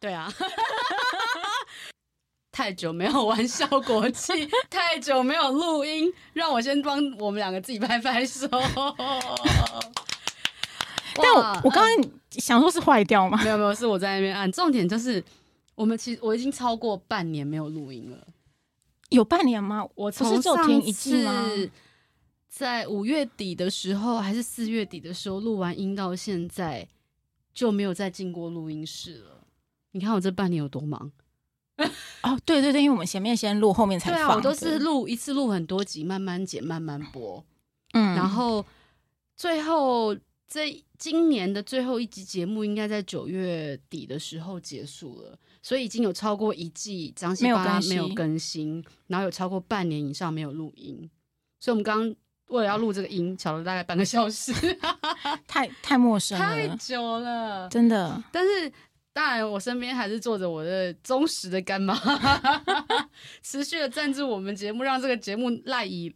对啊， 太久没有玩效果 器，太久没有录音，让我先帮我们两个自己拍拍 手。 但我哇嗯我刚刚想说是坏掉吗？没有没有，是我在那边按。重点就是，我们其实我已经超过半年没有录音了。有半年吗？我不是从只有上听一季吗？次在五月底的时候，还是四月底的时候录完音，到现在就没有再进过录音室了。你看我这半年有多忙？哦，对对对，因为我们前面先录，后面才对放的。啊，我都是录一次录很多集，慢慢剪，慢慢播。嗯，然后最后这今年的最后一集节目应该在九月底的时候结束了，所以已经有超过一季张喜巴没没有更新有更新，然后有超过半年以上没有录音，所以我们刚刚为了要录这个音，吵了大概半个小 时，嗯太太陌生 太了，久了。真的。但是当然，我身边还是坐着我的忠实的干妈， 持续的赞助我们节目，让这个节目赖以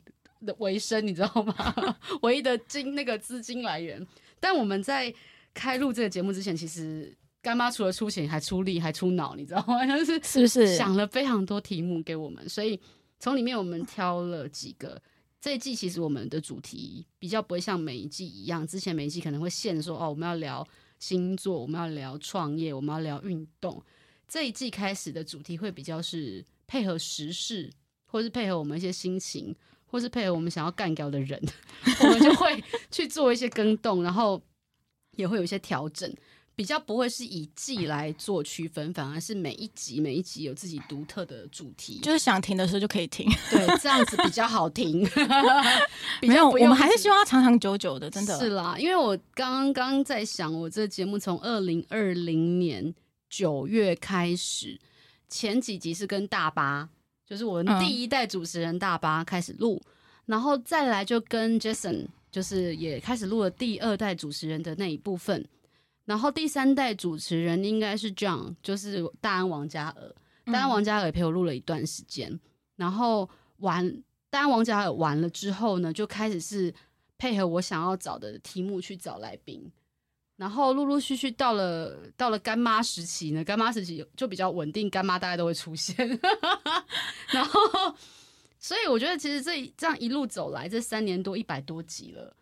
为生，你知道吗？ 唯一的金那个资金来源。但我们在开录这个节目之前，其实干妈除了出钱，还出力，还出脑，你知道吗？ 就是是不是？想了非常多题目给我们，所以从里面我们挑了几个。这一季其实我们的主题比较不会像每一季一样，之前每一季可能会限说哦，我们要聊星座，我们要聊创业，我们要聊运动。这一季开始的主题会比较是配合时事，或是配合我们一些心情，或是配合我们想要干掉的人， 我们 就会去做一些更动，然后也会有一些调整。比较不会是以季来做区分，反而是每一集每一集有自己独特的主题，就是想停的时候就可以停，对这样子比较好 听。比较没有，不我用们还一是直希望它长长久久的，真的是啦，因为我刚刚在想，我这节目从二零二零年九月开始，前几集是跟大巴，就是我们嗯第一代主持人大巴开始录，然后再来就跟 Jason，就是也开始录了第二代主持人的那一部分，然后第三代主持人应该是 John，就是大安王嘉尔，大嗯安王嘉尔也陪我录了一段时间，然后完大安王嘉尔完了之后呢，就开始是配合我想要找的题目去找来宾，然后陆陆续续到了到了干妈时期呢，干妈时期就比较稳定，干妈大概都会出现， 然后所以我觉得其实这一这样一路走来，这三年多一百多集了。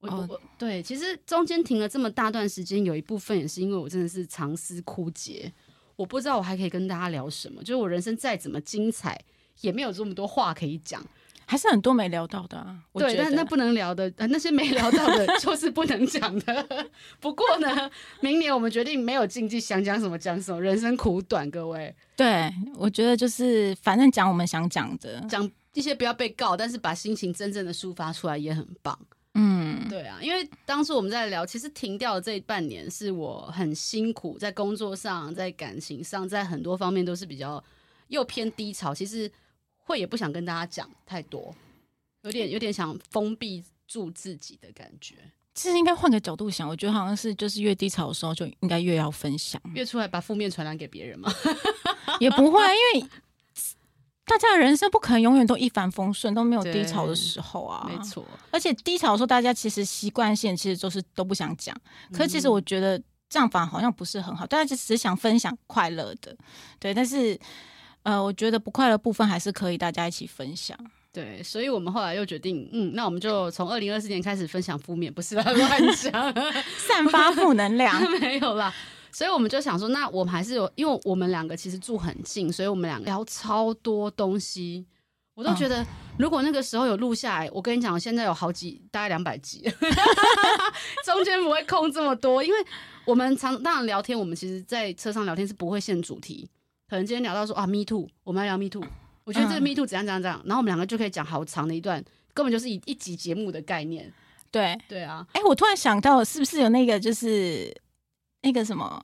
我我哦我对，其实中间停了这么大段时间，有一部分也是因为我真的是长思枯竭，我不知道我还可以跟大家聊什么。就是我人生再怎么精彩，也没有这么多话可以讲。还是很多没聊到的啊。我对，觉但得那不能聊的，呃那些没聊到的， 就是不能讲的。不过呢，明年我们决定没有禁忌，想讲什么讲什么，人生苦短，各位对，我觉得就是反正讲我们想讲的，讲一些不要被告，但是把心情真正的抒发出来也很棒。嗯，对啊，因为当初我们在聊，其实停掉的这半年是我很辛苦，在工作上、在感情上，在很多方面都是比较又偏低潮。其实会也不想跟大家讲太多，有点有点想封闭住自己的感觉。其实应该换个角度想，我觉得好像是就是越低潮的时候就应该越要分享，越出来把负面传染给别人嘛。也不会啊，因为大家的人生不可能永远都一帆风顺，都没有低潮的时候啊。没，错，而且低潮的时候，大家其实习惯性其实就是都不想讲，嗯可是其实我觉得这样反而好像不是很好，大家就只想分享快乐的，对，但是。呃，我觉得不快乐部分还是可以大家一起分享。对，所以我们后来又决定，嗯，那我们就从二零二四年开始分享负面，不是啦，乱讲，散发负能量。 没有啦。所以我们就想说，那我们还是有，因为我们两个其实住很近，所以我们两个聊超多东西。我都觉得，如果那个时候有录下来，我跟你讲，我现在有好几，大概两百集， 中间不会空这么多，因为我们常当然聊天，我们其实在车上聊天是不会限主题，可能今天聊到说啊，me too，我们要聊 me too，我觉得这个嗯 me too 怎样怎样怎样，然后我们两个就可以讲好长的一段，根本就是一一集节目的概念，对，哎、对啊，我突然想到，是不是有那个就是那个什么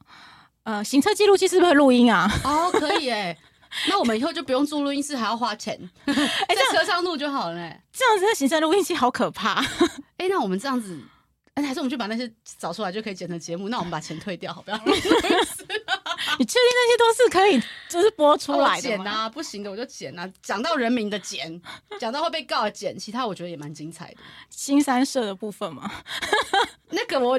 呃，行车记录器是不是会录音啊？哦，可以哎、 那我们以后就不用住录音室，还要花 钱，哎在车上录就好了、欸。这样子的行车录音器好可怕。哎、那我们这样子，哎、还是我们去把那些找出来就可以剪成节目。那我们把钱退掉，好不好？你确定那些都是可以就是播 出来的剪吗？啊，不行的我就剪啊，讲到人民的剪，讲到会被告的剪，其他我觉得也蛮精彩的。 新三社的部分吗？那个我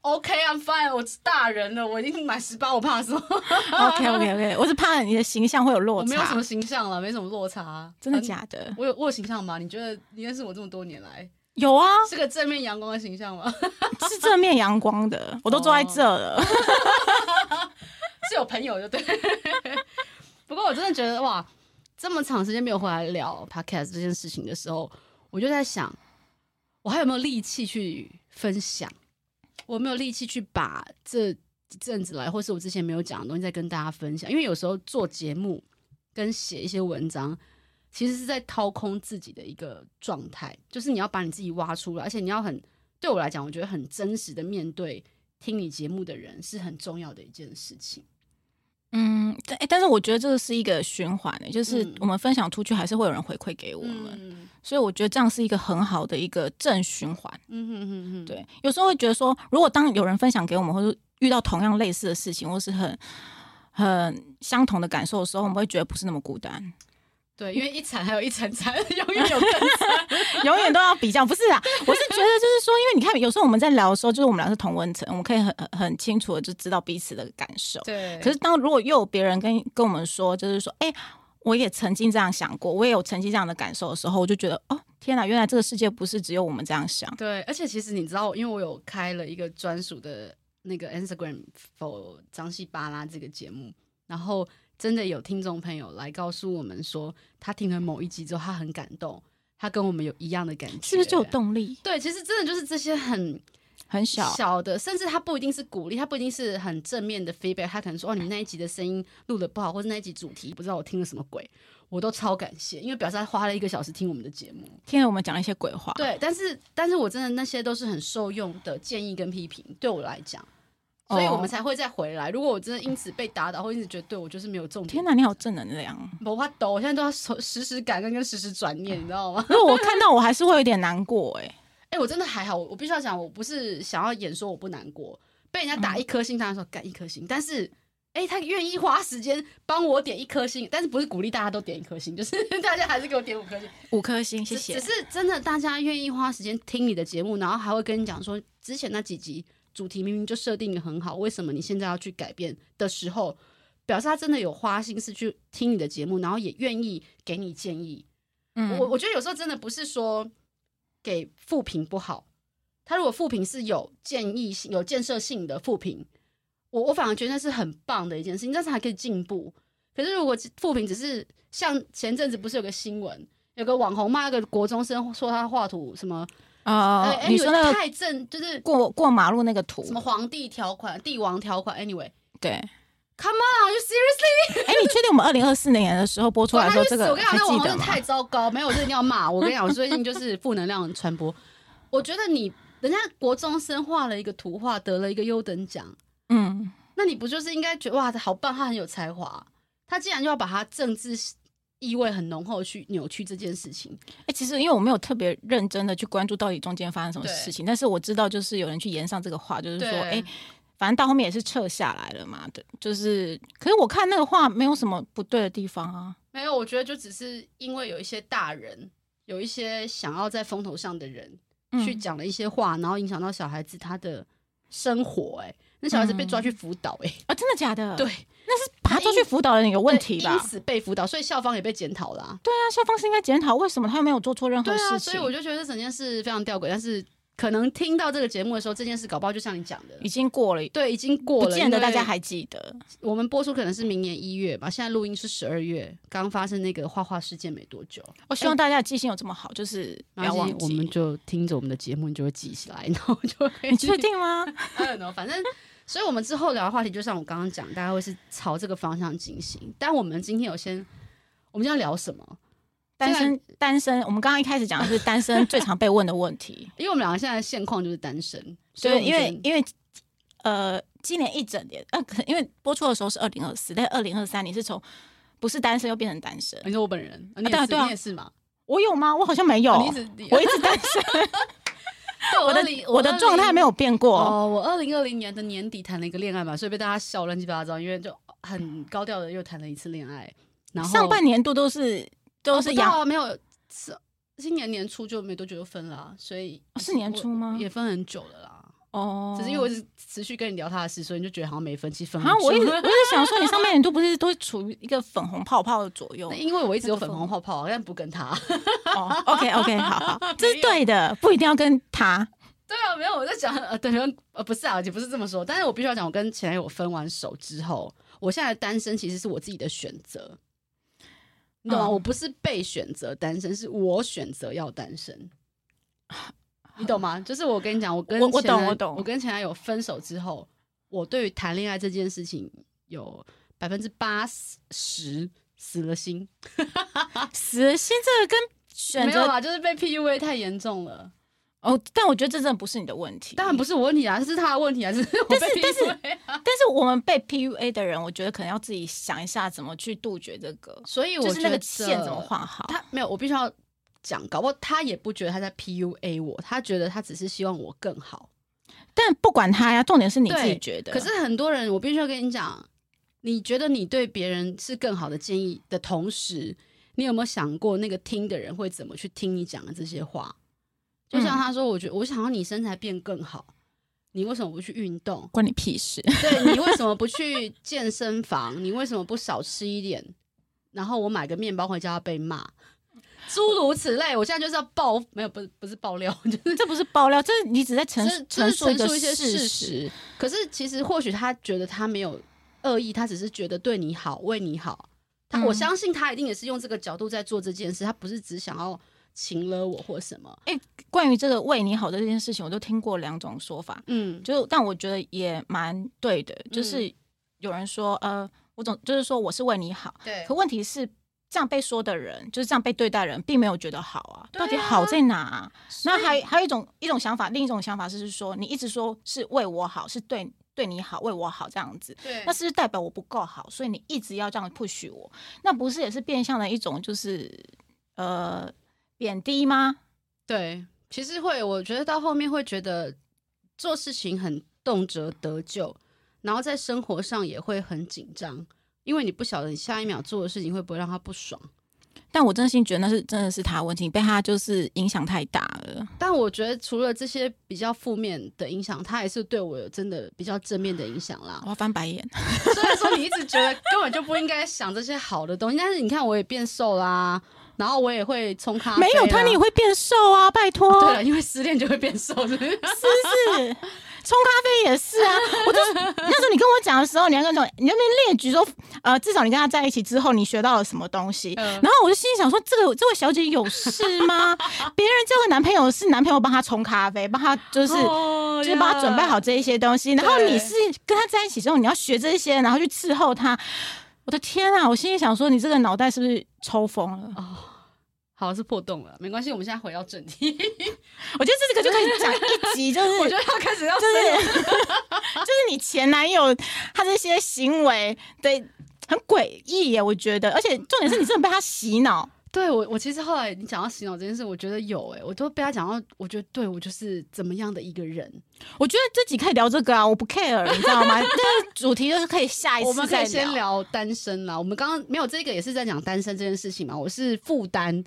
OK，I'm、fine，我是大人了，我已经满十八，我怕什么？ OK OK OK，我是怕你的形象会有嗯落我没有什差么，形象了，没什么落差，真的很？假的？我有我有形象吗？你觉得你认识我这么多年来，有啊，是个正面阳光的形象吗？是正面阳光的，我都坐在这 了。是有朋友就对。 不过我真的觉得哇，这么长时间没有回来聊 podcast 这件事情的时候，我就在想，我还有没有力气去分享？我有没有力气去把这一阵子来，或是我之前没有讲的东西再跟大家分享？因为有时候做节目跟写一些文章，其实是在掏空自己的一个状态，就是你要把你自己挖出来，而且你要很对我来讲，我觉得很真实的面对听你节目的人是很重要的一件事情。嗯，但、诶但是我觉得这个是一个循环、诶就是嗯我们分享出去，还是会有人回馈给我们，嗯所以我觉得这样是一个很好的一个正循环。嗯哼哼哼，对，有时候会觉得说，如果当有人分享给我们，或者遇到同样类似的事情，或是很很相同的感受的时候，我们会觉得不是那么孤单，对，因为一层还有一层层， 永远有更 层。永远都要比较。不是啊，我是觉得就是说，因为你看，有时候我们在聊的时候，就是我们俩是同温层，我们可以很很很清楚的就知道彼此的感受。对，可是当如果又有别人跟跟我们说，就是说，哎、我也曾经这样想过，我也有曾经这样的感受的时候，我就觉得，哦，天哪，原来这个世界不是只有我们这样想。对，而且其实你知道，因为我有开了一个专属的那个 Instagram for 张西巴拉这个节目，然后真的有听众朋友来告诉我们说，他听了某一集之后，他很感动，他跟我们有一样的感觉，是不是就有？动力？对，其实真的就是这些很很小，的，甚至他不一定是鼓励，他不一定是很正面的 feedback，他可能说哦，你们那一集的声音录的不好，或者那一集主题不知道我听了什么鬼，我都超感谢，因为表示他花了一个小时听我们的节目。听了我们讲一些鬼话。对，但是但是我真的那些都是很受用的建议跟批评，对我来讲，哦所以我们才会再回来。如果我真的因此被打倒，或因此觉得对我就是没有重点，天哪，你好正能量！啊我怕抖，我现在都要手实时感恩跟实时转念，你知道吗？如果我看到，我还是会有点难过哎、哎、我真的还好，我我必须要讲，我不是想要演说我不难过，被人家嗯打一颗星，他说干一颗星，但是哎、欸他愿意花时间帮我点一颗星，但是不是鼓励大家都点一颗星，就是 大家还是给我点五颗星，五颗星，谢只谢只。是真的大家愿意花时间听你的节目，然后还会跟你讲说之前那几集主题明明就设定的很好，为什么你现在要去改变的时候，表示他真的有花心思去听你的节目，然后也愿意给你建议，嗯，我我觉得有时候真的不是说给负评不好，他如果负评是有建议性、有建设性的负评，我我反而觉得那是很棒的一件事情，但是还可以进步。可是如果负评只是像前阵子不是有个新闻，有个网红骂那个国中生说他画图什么，呃，哎你说那个太正就是过过马路那个图什，么皇帝条款、帝王条款，anyway。对。哎、 Come on, you seriously？你确定我们二零二四年的时候播出来的时候，这啊我个跟你讲，还那记网红得真的吗？太糟糕，没有，我这一定要骂。我跟你 讲，我最近就是负能量传播。我觉得你人家国中生画了一个图画，得了一个优等奖，嗯，那你不就是应该觉得哇，好棒，他很有才华，他竟然又要把他政治意味很浓厚地去扭曲这件事情，哎、其实因为我没有特别认真的去关注到底中间发生什么对事情，但是我知道就是有人去延上这个话，就是说，对哎、反正到后面也是撤下来了嘛对，就是，可是我看那个话没有什么不对的地方啊。没有，我觉得就只是因为有一些大人，有一些想要在风头上的人、嗯去讲了一些话，然后影响到小孩子他的生活、哎，那小孩子嗯被抓去辅导、哎、啊，真的假的？对，。那是把他抓去辅导的人有问题吧？因此被辅导，所以校方也被检讨啦。对啊，校方是应该检讨，为什么他又没有做错任何对啊，事所情？以我就觉得这整件事非常吊诡，但是可能听到这个节目的时候，这件事搞不好就像你讲的已，经过了，对，已经过不了，见得因大为家还记得。我们播出可能是明年一月吧，现在录音是十二月，刚发生那个画画事件没多久，我希望大家的记性有这么好，就是不然要后忘记。我们就听着我们的节目，你就会记起来，然后就会 你确定吗？ I don't know，反正，所以我们之后聊的话题，就像我刚刚讲，大概会是朝这个方向进行。但我们今天有先，我们今天要聊什么？单身，单身。我们刚刚一开始讲的是单身最常被问的问 题，因为我们两个现在现况就是单身，所所以我以们因觉得为因为呃，今年一整年，呃，可因为播出的时候是二零二四，但二零二三你是从不是单身又变成单身。你说我本人，啊你也对啊是，对啊你也是嘛？我有吗？我好像没有，啊你一直你我一直单身， 对我的20我的状态没有变过。哦，我二零二零年的年底谈了一个恋爱嘛，所以被大家笑乱七八糟，因为就很高调的又谈了一次恋爱，然后上半年度都是都是不阳到啊没有是今年年初就没多久就分了啊、所以哦是年初吗也分很久了啦。哦，只是因为我一直持续跟你聊他的事，所以你就觉得好像没分，其实分很啊，我一久直我一直想说，你上半年度不是都处于一个粉红泡泡的左右那？ 因为我一直有粉红泡泡，但不跟他。哦，OK OK，好 好，这是对的，不一定要跟他。对啊，没有我在讲呃，对，呃，不是啊，也不是这么说，但是我必须要讲，我跟前男友分完手之后，我现在的单身其实是我自己的选择，你懂吗？嗯我不是被选择单身，是我选择要单身，你懂吗？就是我跟你讲，我跟我我前男懂我懂我跟前男友分手之后，我对于谈恋爱这件事情有百分之八十死了心，死心这个跟选没有啊择啦，就是被 PUA 太严重了。哦，但我觉得这真的不是你的问题。当然不是我问题啊，是他的问题啊，是我被但是但是 PUA 啊。但是我们被 PUA 的人，我觉得可能要自己想一下怎么去杜绝这个，所以我就是那觉个得线怎么画好。他没有，我必须要讲，搞不好他也不觉得他在 PUA 我，他觉得他只是希望我更好。但不管他呀，重点是你自己对觉得。可是很多人，我必须要跟你讲，你觉得你对别人是更好的建议的同时，你有没有想过那个听的人会怎么去听你讲的这些话？就嗯像他说，我觉得我想要你身材变更好，你为什么不去运动？关你屁 事！对你为什么不去健身房？你为什么不少吃一点？然后我买个面包回家要被骂，诸如此类。我现在就是要爆，没有，不是不是爆料，就是这不是爆料，这是你只在陈就是陈述就是陈述个一些事事实。实。可是其实或许他觉得他没有恶意，他只是觉得对你好，为你好。他、我嗯相信他一定也是用这个角度在做这件事，他不是只想要情了我或什么。关于这个为你好的这件事情，我都听过两种说法，嗯，就但我觉得也蛮对的，就是有人说，呃，我总就是说我是为你好，对可问题是这样被说的人，就是这样被对待的人，并没有觉得好啊，对啊到底好在哪、啊？所以那还还有一种一种想法，另一种想法是是说，你一直说是为我好，是对对你好，为我好这样子，对那是不是代表我不够好，所以你一直要这样 push 我？那不是也是变相的一种就是呃贬低吗？对，其实会，我觉得到后面会觉得做事情很动辄得咎，然后在生活上也会很紧张，因为你不晓得你下一秒做的事情会不会让他不爽。但我真心觉得那是真的是他的问题，被他就是影响太大了。但我觉得除了这些比较负面的影响，他也是对我有真的比较正面的影响啦 我。要翻白眼，虽然说你一直觉得根本就不应该想这些好的东西，但是你看我也变瘦啦，然后我也会冲咖啊啡啦。没有他你也会变瘦啊，拜托，对了，因为失恋就会变瘦，是不是？是不是？冲咖啡也是啊，我就是那时候你跟我讲的时候，你还跟我讲，你那边列举说，呃，至少你跟他在一起之后，你学到了什么东西。嗯然后我就心里想说，这个这位小姐有事吗？别人交个男朋友是男朋友帮她冲咖啡，帮她 就是、哦就是帮她准备好这一些东西，然后对你是跟他在一起之后，你要学这些，然后去伺候他。我的天啊！我心里想说，你这个脑袋是不是抽风了？好是破洞了，没关系，我们现在回到正题。我觉得这个就可以讲一集，就是我觉得他开始要就是 就是你前男友他这些行为对很诡异耶，我觉得，而且重点是你真的被他洗脑，对我，我其实后来你讲到洗脑这件事，我觉得有哎、我都被他讲到，我觉得对我就是怎么样的一个人，我觉得这集可以聊这个啊，我不 care，你知道 吗？这个主题就是可以下一我次们可再以先聊单身啦。我们刚刚没有这个也是在讲单身这件事情嘛，我是负担。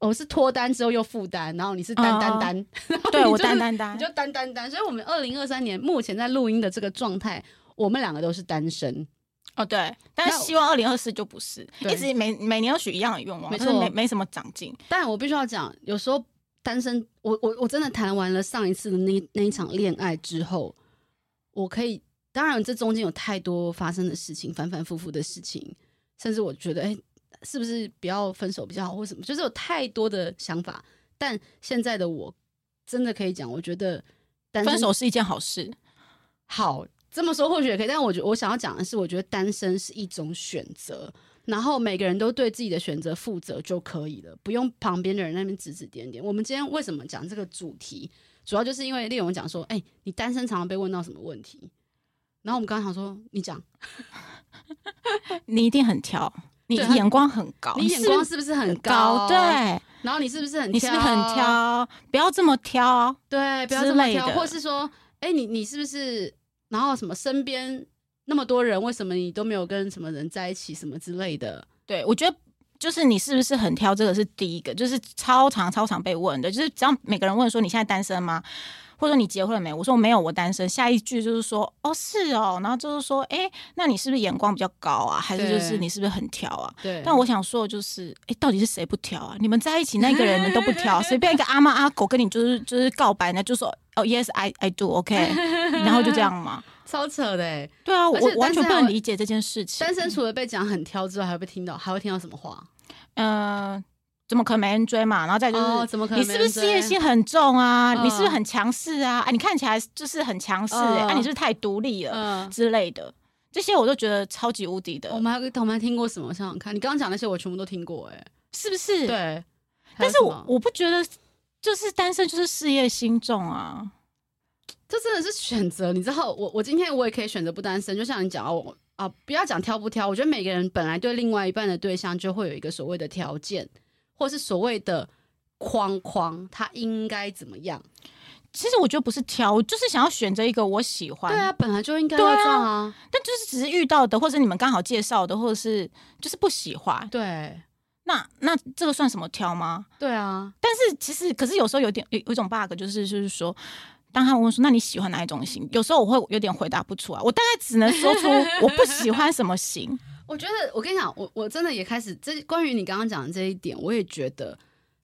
我是脱单之后又负担，然后你是单单单，然后对你我就是单单单你就单单单，所以我们二零二三年目前在录音的这个状态，我们两个都是单身，哦，对，但是那希望二零二四就不是，对一直每每年都许一样的愿望，没但是错没没什么长进。但我必须要讲，有时候单身，我我我真的谈完了上一次的那那一场恋爱之后，我可以，当然这中间有太多发生的事情，反反复复的事情，甚至我觉得，哎、是不是不要分手比较好，或什么，就是有太多的想法。但现在的我真的可以讲，我觉得单身分手是一件好事，好，这么说或许也可以，但我觉我想要讲的是，我觉得单身是一种选择，然后每个人都对自己的选择负责就可以了，不用旁边的人在那边指指点点。我们今天为什么讲这个主题，主要就是因为丽荣讲说，哎、你单身常常被问到什么问题？然后我们刚刚想说，你讲，你一定很挑，你对他啊眼光很高，你眼哦是光是不是很高，，高？对，然后你是不是很你是不是很挑？挑？不要这么挑，对，不要之这么类挑，的或是说，哎、你你是不是，然后什么身边那么多人，为什么你都没有跟什么人在一起，什么之类的？对，我觉得就是你是不是很挑，这个是第一个，就是超常超常被问的，就是只要每个人问说你现在单身吗？或者说你结婚了没？我说我没有，我单身。下一句就是说哦是哦，然后就是说哎、那你是不是眼光比较高啊？还是就是对你是不是很挑啊？对，但我想说的就是，哎、到底是谁不挑啊？你们在一起那个人你们都 不挑，随便一个阿猫阿狗跟你就是就是告白呢，就说哦、y e s I I do OK，然 后就这样嘛。超扯的欸。对啊，我而且我完全单身不还能会理解这件事情。单身除了被讲很挑之外，还会被听到，还会听到什么话？呃，怎么可能没人追嘛？然后再就是，哦，怎么可能？你是不是事业？心很重啊？嗯你是不是很强势啊？啊，你看起来就是很强势、欸，嗯啊，你是不是太独立了、嗯，哦之类的？这些我都觉得超级无敌的我，们还有我们还听过什么？想想看，你刚刚讲那些我全部都听过，哎，是不是？。对。但是还有我什么我不觉得，就是单身就是事业心重啊。这真的是选择，你知道，我我今天我也可以选择不单身，就像你讲啊，我啊，不要讲挑不挑，我觉得每个人本来对另外一半的对象就会有一个所谓的条件，或是所谓的框框，他应该怎么样？其实我觉得不是挑，我就是想要选择一个我喜欢，对啊，本来就应该对要啊这样啊，但就是只是遇到的，或者你们刚好介绍的，或者是就是不喜欢，对那那这个算什么挑吗？对啊，但是其实，可是有时候有点有有一种 bug，就是就是说，当他问我说那你喜欢哪一种型，有时候我会有点回答不出来，我大概只能说出我不喜欢什么型。我觉得我跟你讲，我我真的也开始这关于你刚刚讲的这一点，我也觉得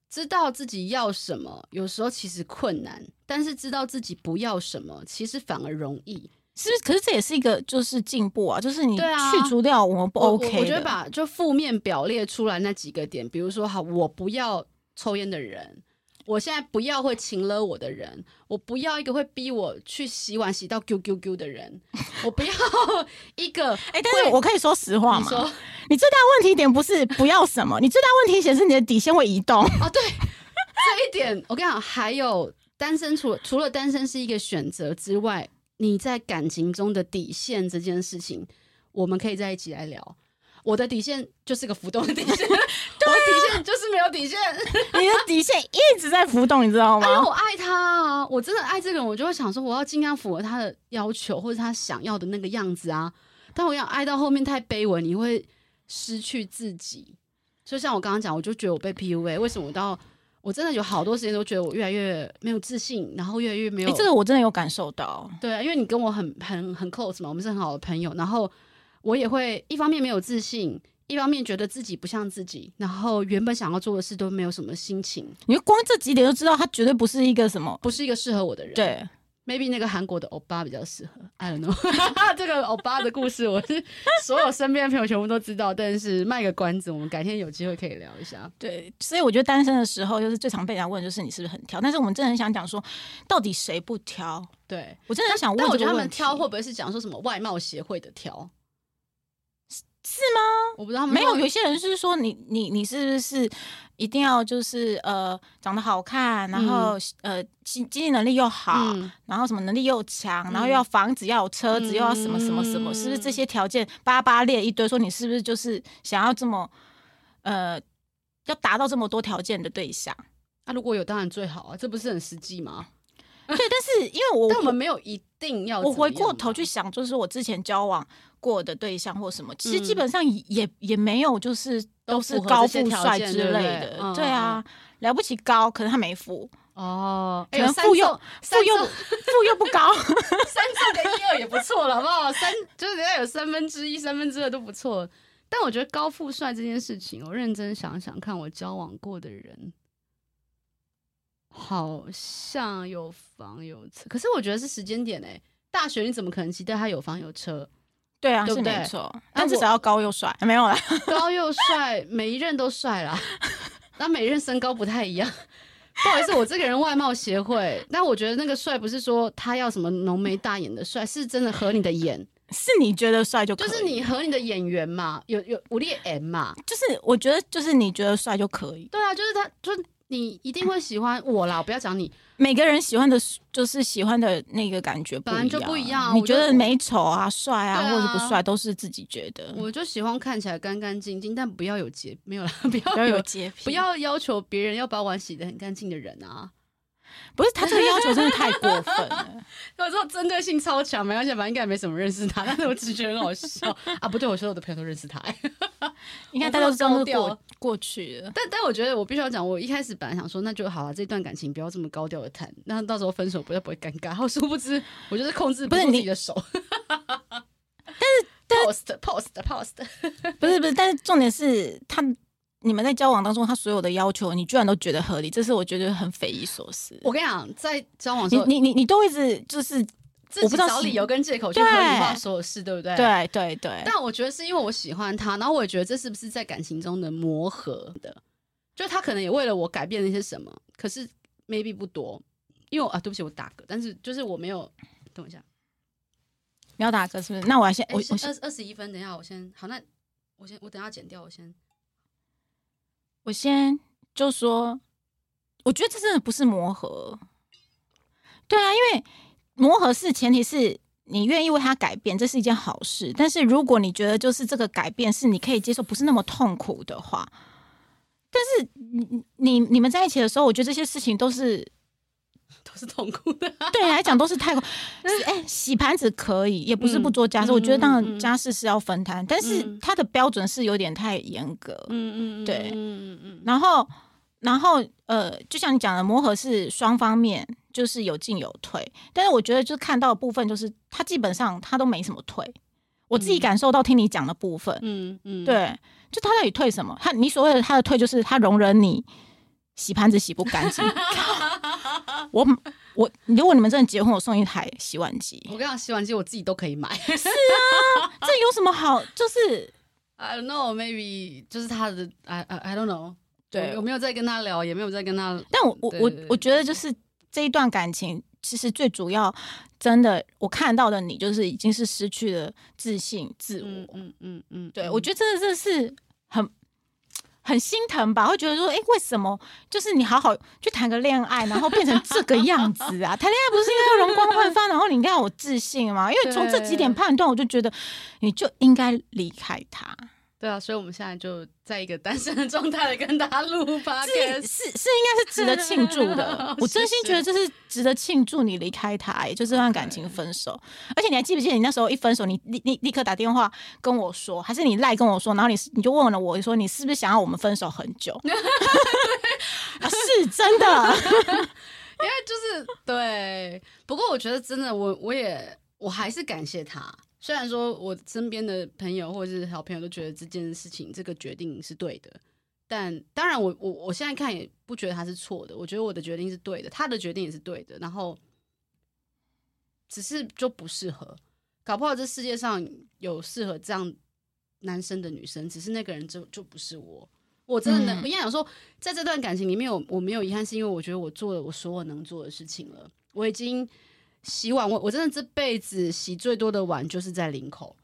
知道自己要什么，有时候其实困难，但是知道自己不要什么，其实反而容易。是不是？可是这也是一个就是进步啊，就是你对啊去除掉我们不我 OK 我我觉得的把就负面表列出来那几个点，比如说，好，我不要抽烟的人，我现在不要会请了我的人，我不要一个会逼我去洗碗洗到啾啾啾的人，我不要一 个哎、但是我可以说实话你嘛？说你最大问题点不是不要什么，你最大问题点是你的底线会移动。 哦，对，这一点我跟你讲，还有单身除了除了单身是一个选择之外，你在感情中的底线这件事情，我们可以在一起来聊。我的底线就是个浮动的底线， 我底线就是没有底线。你的底线一直在浮动，你知道因为吗？哎我爱他啊，我真的爱这个人，我就会想说，我要尽量符合他的要求或者他想要的那个样子啊。但我想爱到后面太卑微，你会失去自己。就像我刚刚讲，我就觉得我被 PUA，为什么我到我真的有好多时间都觉得我越来越没有自信，然后越来越没哎、有、这个我真的有感受到。对啊，因为你跟我很很很 close 嘛，我们是很好的朋友，然后我也会一方面没有自信。一方面觉得自己不像自己，然后原本想要做的事都没有什么心情，你就光这几点就知道，他绝对不是一个什么。不是一个适合我的人。对， maybe 那个韩国的欧巴比较适合，I don't know。这个 欧巴的故事，我是所有身边的朋友全部都知道，但是卖个关子，我们改天有机会可以聊一下。对，所以我觉得单身的时候，就是最常被人家问，就是你是不是很挑？但是我们真的很想讲说，到底谁不挑？对，我真的很哦想问但我这觉个得他问们题挑会不会是讲说什么外貌协会的挑？是吗？我不知道他们没有，说有些人是说你你你是不是一定要就是呃长得好看，然后、呃经经济能力又好，嗯然后什么能力又强，然后嗯又要房子，要有车子，又要什么什么什么，嗯是不是这些条件巴巴列一堆？说你是不是就是想要这么呃要达到这么多条件的对象？ 啊，如果有当然最好啊，这不是很实际吗？对，但是因为我但我们没有一定要怎我么样嘛。回过头去想，就是我之前交往过的对象或什么，其实基嗯本上也也也没有，就是都都是符合高这些富条帅件之对类不对的。嗯对啊，了不起高，可是他没富，哦，可哎能呦三富又重富又三重富又不高。 三重的一二也不错了，好不好？三就是人家有三分之一、三分之二都不错。但我觉得高富帅这件事情，我认真想想看，我交往过的人好像有房有车，可是我觉得是时间点哎、大学你怎么可能期待他有房有车？对啊，对是不没对错，但我至少要高又帅，没有啦。高又帅，每一任都帅啦， 那每一任身高不太一样。 不好意思，我这个人外貌协会，但我觉得那个帅不是说他要什么浓眉大眼的帅，是真的合你的眼。是你觉得帅就可就以，是你和你的演员嘛，有有武力 M 嘛，就是我觉得就是你觉得帅就可以。对啊，就是他，就是你一定会喜欢我啦，我不要讲你，每个人喜欢的，就是喜欢的那个感觉不本来就不一样啊你我觉就得我美丑啊、帅啊，对啊或者不帅，都是自己觉得。我就喜欢看起来干干净净，但不要有洁，没有啦，不 不要要有有，洁癖，不要要求别人要把碗洗得很干净的人啊，不是他这个要求真的太过分了。 我知道针对性超强，没关系，反正应该也没什么认识他，但是我只是觉得很好笑 啊！不对，我所有的朋友都认识他、欸你看，大家都这样我子不知道高过过去了。但但我觉得我必须要讲，我一开始本来想说，那就好了、这段感情不要这么高调的谈，那到时候分手不要不会尴尬。然后殊不知，我就是控制不是住自你己 的手。但是 post post post，不是不是，但是重点是他你们在交往当中，他所有的要求，你居然都觉得合理，这是我觉得很匪夷所思。我跟你讲，在交往的你时候，你你你都一直就是我自己不知道找是理由跟借口去合理化所有事，对不对？。对对对，但我觉得是因为我喜欢他，然后我也觉得这是不是在感情中的磨合的，就他可能也为了我改变了一些什么，可是 maybe 不多，因为我啊，对不起，我打嗝，但是就是我没有，等我一下，你要打嗝是不是？那我要先哎我是我先二二十一分，等一下我先，好，那我先我等一下剪掉，我先，我先就说，我觉得这真的不是磨合。对啊，因为磨合是前提是你愿意为他改变，这是一件好事。但是如果你觉得就是这个改变是你可以接受，不是那么痛苦的话，但是你你你们在一起的时候，我觉得这些事情都是都是痛苦的， 对你来讲都是太过。是哎、洗盘子可以，也不是不做家事。嗯我觉得当嗯嗯然家事是要分摊，但是嗯他的标准是有点太严格。嗯嗯对嗯嗯嗯，然后，然后，呃，就像你讲的，磨合是双方面，就是有进有退。但是我觉得，就是看到的部分，就是他基本上他都没什么退。我自己嗯感受到听你讲的部分，嗯嗯，对，就他到底退什么？他你所谓的他的退，就是他容忍你洗盘子洗不干净。我我，如果你们真的结婚，我送一台洗碗机，我跟你讲，洗碗机我自己都可以买这有什么好？就是，I don't know，maybe 就是他的，I I I don't know，对我没有在跟他聊，也没有在跟他但我我对我对对我觉得就是这一段感情，其实最主要真的我看到的你，就是已经是失去了自信、自我。嗯嗯嗯嗯，对嗯我觉得真的这是很。很心疼吧，会觉得说，哎、为什么就是你好好去谈个恋爱，然后变成这个样子啊？ 谈恋爱不是应该要容光焕发，然后你应该有自信吗？因为从这几点对判断，我就觉得你就应该离开他。对啊，所以我们现在就在一个单身的状态来跟大家录是 podcast。是是，应该是值得庆祝 的。我真心哦是觉得这是值得庆祝你离开他、欸，就这段感情分手。而且你还记不记得你那时候一分手，你立立立刻打电话跟我说，还是你赖跟我说，然后你你就问了我说，你是不是想要我们分手很久？ 啊、是真的，因为就是对，不过我觉得真的，我我也我还是感谢他。虽然说我身边的朋友或者是好朋友都觉得这件事情这个决定是对的，但当然我我我现在看也不觉得他是错的，我觉得我的决定是对的，他的决定也是对的，然后只是就不适合，搞不好这世界上有适合这样男生的女生，只是那个人就就不是我。我真的能，嗯我应该想说，在这段感情里面有，我没有遗憾，是因为我觉得我做了我所有能做的事情了。我已经洗碗，我我真的这辈子洗最多的碗就是在领口。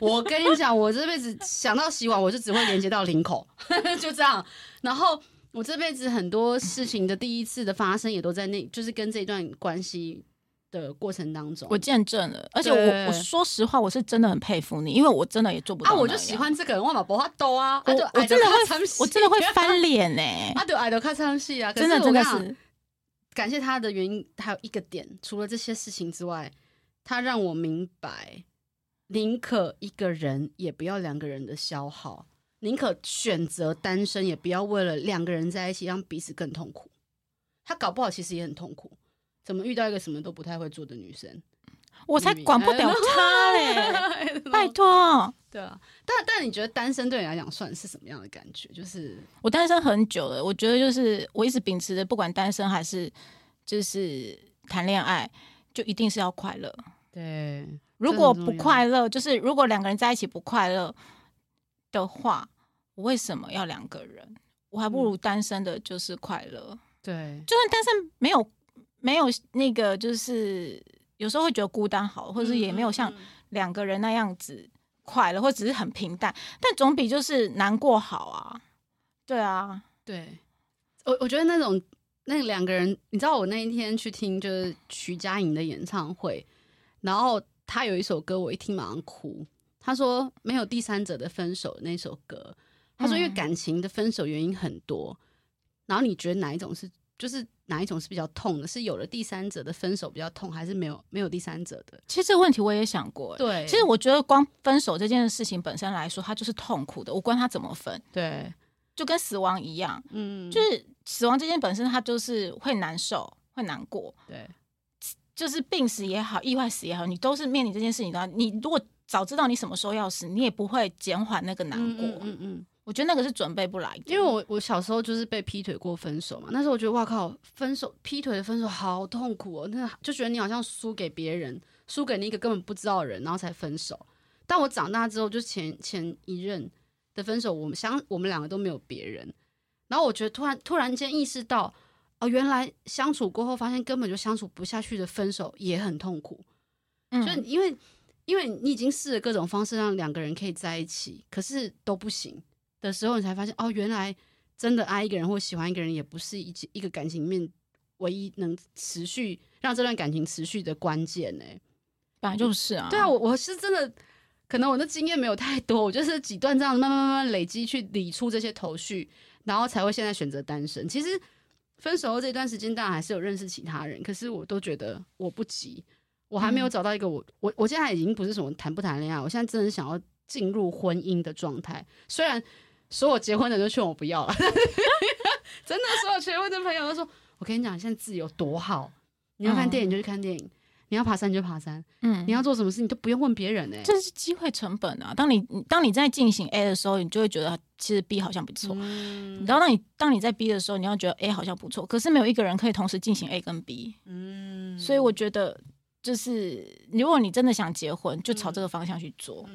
我跟你讲，我这辈子想到洗碗，我就只会连接到领口， 就这样。然后我这辈子很多事情的第一次的发生，也都在那，就是跟这段关系的过程当中。我见证了。而且我对我说实话，我是真的很佩服你，因为我真的也做不到啊，那样。我就喜欢这个人，我把不怕兜啊，我啊就我真的爱看会，我真的 会翻脸呢、啊，对，爱豆看唱戏啊，可真的是真我的跟你讲是。感谢他的原因还有一个点，除了这些事情之外，他让我明白，宁可一个人也不要两个人的消耗，宁可选择单身，也不要为了两个人在一起让彼此更痛苦。他搞不好其实也很痛苦，怎么遇到一个什么都不太会做的女生？我才管不了他嘞、 拜托，对啊，但但你觉得单身对你来讲算是什么样的感觉？就是我单身很久了，我觉得就是我一直秉持着，不管单身还是就是谈恋爱，就一定是要快乐。对，如这果很重不要快乐，就是如果两个人在一起不快乐的话，我为什么要两个人？我还不嗯如单身的，就是快乐。对，就算单身没有没有那个，就是有时候会觉得孤单好，或者是也没有像嗯嗯两个人那样子快乐，或只是很平淡，但总比就是难过好啊。对啊，对，我我觉得那种那两个人，你知道我那一天去听就是徐佳莹的演唱会，然后她有一首歌，我一听马上哭。她说没有第三者的分手那首歌，她说因为嗯感情的分手原因很多，然后你觉得哪一种是就是哪一种是比较痛的？是有了第三者的分手比较痛，还是没有没有第三者的？其实这个问题我也想过、欸，对，其实我觉得光分手这件事情本身来说，它就是痛苦的，我管它怎么分，对，就跟死亡一样，嗯，就是死亡这件本身它就是会难受，会难过，对，就是病死也好，意外死也好，你都是面临这件事情的话，你如果早知道你什么时候要死，你也不会减缓那个难过。嗯嗯嗯，我觉得那个是准备不来的，因为我我小时候就是被劈腿过分手嘛，那时候我觉得哇靠，分手劈腿的分手好痛苦哦，那就觉得你好像输给别人，输给你一个根本不知道的人，然后才分手。但我长大之后，就前前一任的分手，我们相我们两个都没有别人，然后我觉得突然突然间意识到，哦，原来相处过后发现根本就相处不下去的分手也很痛苦，嗯就因为因为你已经试了各种方式让两个人可以在一起，可是都不行的时候，你才发现哦，原来真的爱一个人或喜欢一个人，也不是一起一个感情里面唯一能持续让这段感情持续的关键呢、本来就是啊，对啊，我我是真的，可能我的经验没有太多，我就是几段这样慢慢慢慢累积去理出这些头绪，然后才会现在选择单身。其实分手后这段时间，当然还是有认识其他人，可是我都觉得我不急，我还没有找到一个我、我我现在已经不是什么谈不谈恋爱，我现在真的想要进入婚姻的状态。虽然所有结婚的都劝我不要了， 真的，所有结婚的朋友都说，我跟你讲，现在自由多好，你要看电影就去看电影，你要爬山就爬山。嗯你要做什么事，你都不用问别人哎、这是机会成本啊。当你当你在进行 A 的时候，你就会觉得其实 B 好像不错。嗯你知道，当你当你在 B 的时候，你要觉得 A 好像不错，可是没有一个人可以同时进行 A 跟 B，嗯所以我觉得就是如果你真的想结婚，就嗯朝这个方向去做。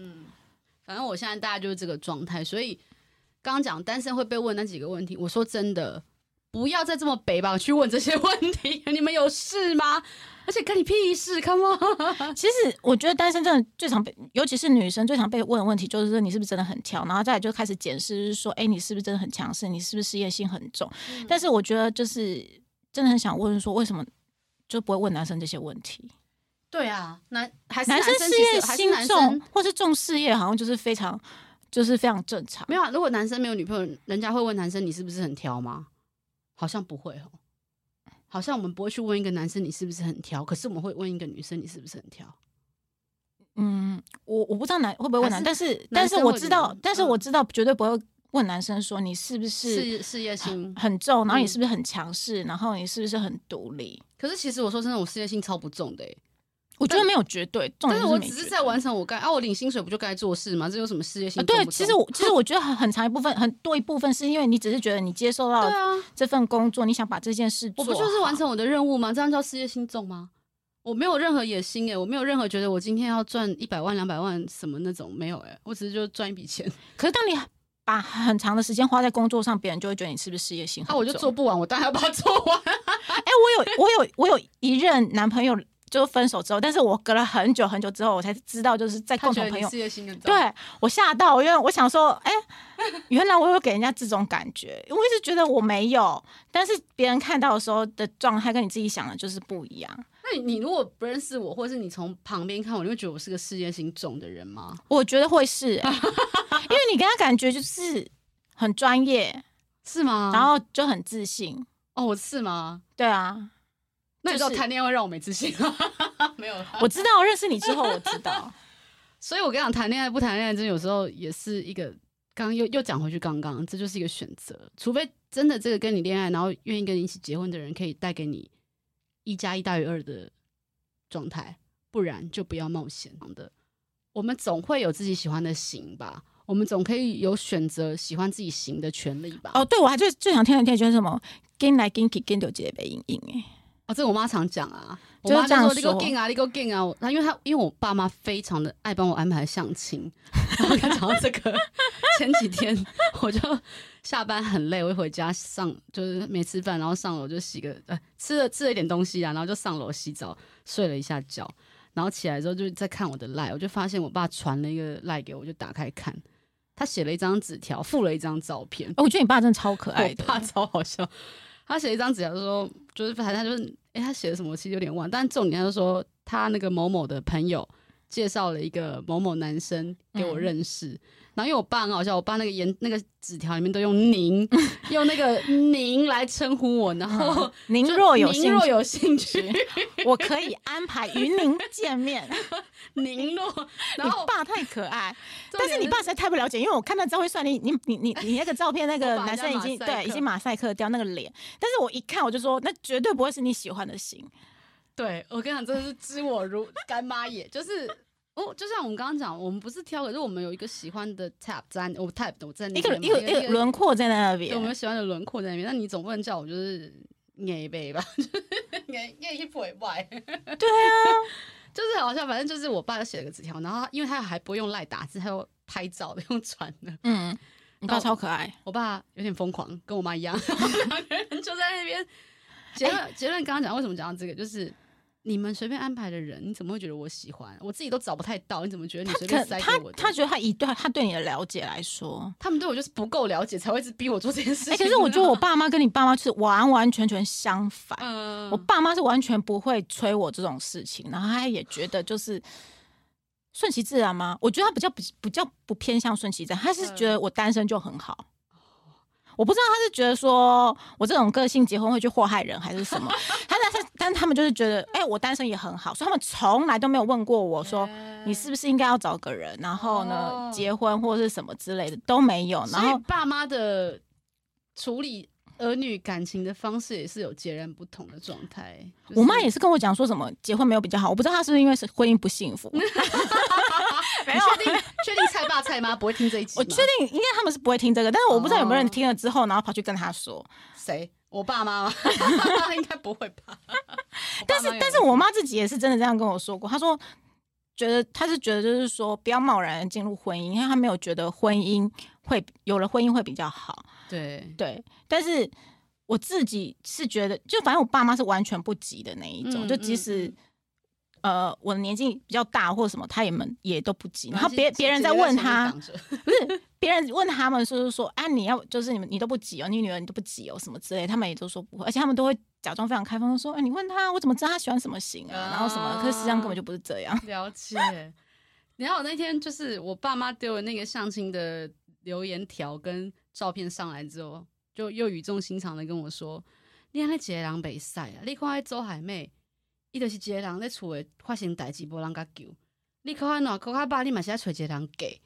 反正我现在大概就是这个状态，所以刚刚讲单身会被问那几个问题，我说真的，不要再这么北吧去问这些问题，你们有事吗？而且跟你屁事，come on，其实我觉得单身真的最常被，尤其是女生最常被问的问题就是说你是不是真的很挑，然后再来就开始检视，就是说哎你是不是真的很强势，你是不是事业心很重？嗯但是我觉得就是真的很想问说为什么就不会问男生这些问题？对啊，男还是男生事其实业还心是男重生或是重事业，好像就是非常就是非常正常。没有、啊，如果男生没有女朋友，人家会问男生你是不是很挑吗？好像不会哦。好像我们不会去问一个男生你是不是很挑，可是我们会问一个女生你是不是很挑。嗯，我我不知道男会不会问男，还但是但是男生我会知觉道得，但是嗯我知道绝对不会问男生说你是不是事事业心很重，然后你嗯是不是很强势，然后你是不是很独立。可是其实我说真的，我事业心超不重的、欸，我觉得没有绝对，重但点是我没只是绝在完成我该啊，我领薪水不就该做事吗？这有什么事业对。心啊，重不重、对，其实我其实我觉得很很长一部分，很多一部分是因为你只是觉得你接 受对到啊，这份工作，你想把这件事我做好，不就是完成我的任务吗？这样叫事业心重吗？我没有任何野心诶、欸我没有任何觉得我今天要赚一百万、两百万什么那种没有诶、欸我只是就赚一 笔钱，可是当你把很长的时间花在工作上，别人就会觉得你是不是事业心很啊，我就重做不完，我当然要把它做完。 哎、我有我有我有一任男朋友，就是分手之后，但是我隔了很久很久之后，我才知道，就是在他共觉同得朋你友，事业心很重，，对我吓到，因为我想说，哎、原来我有给人家这种感觉，我一直觉得我没有，但是别人看到的时候的状态跟你自己想的就是不一样。那你你如果不认识我，或是你从旁边看我，你会觉得我是个事业心重的人吗？我觉得会是、哎因为你跟他感觉就是很专业，是吗？然后就很自信，哦，我是吗？对啊，那你知道就是谈恋爱会让我没自信？ 没有啦，我知道，认识你之后我知 道。所以我跟你讲，谈恋爱不谈恋爱，真有时候也是一个刚又又讲回去刚刚，这就是一个选择。除非真的这个跟你恋爱，然后愿意跟你一起结婚的人，可以带给你一加一大于二的状态，不然就不要冒险的。我们总会有自己喜欢的型吧，我们总可以有选择喜欢自己型的权利吧。哦，对，我还最最想听的一句就是什么？跟来跟去跟到姐被莹莹哎，哦，这我妈常讲啊，我就是妈这样说你给我说定啊，你给我定啊。我她因为她因为我爸妈非常的爱帮我安排相亲，然后她讲到这个，前几天我就下班很累，我就回家上就是没吃饭，然后上楼就洗个呃吃了吃了一点东西啊，然后就上楼洗澡，睡了一下觉，然后起来之后就在看我的赖，我就发现我爸传了一个赖给我，我就打开看，他写了一张纸条，附了一张照片，哦我觉得你爸真的超可爱我的。爸超好笑。他写一张纸条说，就是反正他就是，哎、他写的什么我其实有点忘，但重点他就说他那个某某的朋友介绍了一个某某男生给我嗯认识，然后因为我爸很好笑，我爸那个言那个纸条里面都 用您，用那个您来称呼我，然后嗯您就若有您兴若趣，有 兴趣，我可以安排与您见面。您若， 然你后爸太可爱，重但是点你爸实在太不了解，因为我看到照会算你你你你你那个照片，那个我把男人家生已经马赛克对已经马赛克掉那个脸，但是我一看我就说，那绝对不会是你喜欢的型。对我跟你讲，真的是知我如 干妈也，就是哦，就像我们刚刚讲，我们不是挑，可是我们有一个喜欢的 tab 在，我 tab 我在那一个边嘛一个一个轮廓在那边对，我，们喜欢的轮廓在那边。那你总不能叫我就是捏呗吧，就是捏捏一尾外。 对啊，就是好像反正就是我爸就写了个纸条，然后他因为他还不会用赖打字，他又拍照的，用传的。嗯，你爸超可爱。我爸有点疯狂，跟我妈一 样，然后两个人就在那边。结哎论、结论刚刚讲为什么讲到这个，就是你们随便安排的人，你怎么会觉得我喜欢？我自己都找不太到，你怎么觉得你随可便塞他给我的？他觉得他以对他对你的了解来说，他们对我就是不够了解，才会一直逼我做这件事情。哎、可是我觉得 我爸妈跟你爸妈是完完全全相反。嗯，我爸妈是完全不会催我这种事情，然后他也觉得就是顺其自然吗？我觉得他比较比比较不偏向顺其自然，他是嗯觉得我单身就很好。我不知道他是觉得说我这种个性结婚会去祸害人还是 什么，他但是但他们就是觉得，哎、我单身也很好，所以他们从来都没有问过我说你是不是应该要找个人，然后呢、哦结婚或是什么之类的都没有，然所后以爸妈的处理儿女感情的方式也是有截然不同的状态。就是我妈也是跟我讲说什么结婚没有比较好，我不知道她是不是因为是婚姻不幸福，没你确定 确定蔡爸蔡妈不会听这一集吗？我确定应该他们是不会听这个，但是我不知道有没有人听了之后，然后跑去跟他哦说。谁？我爸妈吗？ 应该不会吧。但是，但是我妈自己也是真的这样跟我说过，她说觉得她是觉得就是说不要贸然地进入婚姻，因为她没有觉得婚姻会有了婚姻会比较好。对，对，但是我自己是觉得，就反正我爸妈是完全不急的那一种，嗯就即使。呃，我的年纪比较大或者什么，他也们也都不急。然后别别人在问他，直接在前面挡着，不是别人问他们说是说，啊，你要就是你们你都不急哦，你女儿你都不急哦，什么之类，他们也都说不会，而且他们都会假装非常开放，说，哎、你问他，我怎么知道他喜欢什么型啊？然后什么，可是实际上根本就不是这样。了解。 然后我那天就是我爸妈丢了那个相亲的留言条跟照片上来之后，就又语重心长的跟我说：“你看那杰人北赛啊，你看那周海媚，伊就是一个人在厝诶发生代志，无人甲救。你看那哪，看他爸，你嘛是要找一个人给。”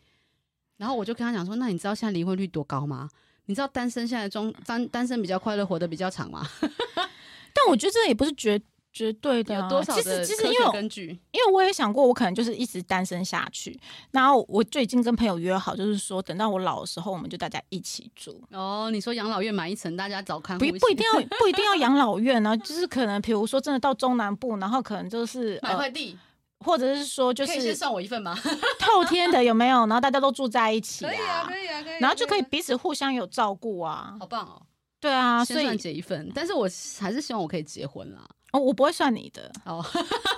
然后我就跟他讲说：“那你知道现在离婚率多高吗？你知道单身现在中单单身比较快乐，活得比较长吗？ 但我觉得这也不是绝绝对的、啊，有多少其的实其实科因学为我根据？因为我也想过，我可能就是一直单身下去。然后我最近跟朋友约好，就是说等到我老的时候，我们就大家一起住。哦，你说养老院买一层，大家早看不护不一起定 要不一定要养老院啊，就是可能比如说真的到中南部，然后可能就是买呃，块地，或者是说就可以先是算我一份吗？透天的有没有？然后大家都住在一起可以 啊，可以啊，可以啊。然后就可以啊彼此互相有照顾啊好。棒哦！对啊，所先以算结一份，但是我还是希望我可以结婚啦。哦，我不会算你的。哦，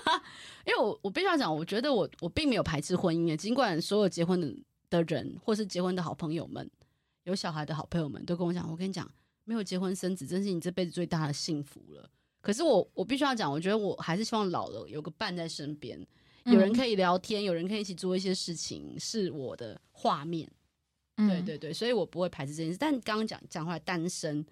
因为我我必须要讲，我觉得我我并没有排斥婚姻耶，尽管所有结婚的的人，或是结婚的好朋友们，有小孩的好朋友们，都跟我讲，我跟你讲，没有结婚生子，真是你这辈子最大的幸福了。可是我我必须要讲，我觉得我还是希望老了有个伴在身边，有嗯人可以聊天，有人可以一起做一些事情，是我的画面。嗯对，对对，所以我不会排斥这件事。但刚刚讲讲回来单身，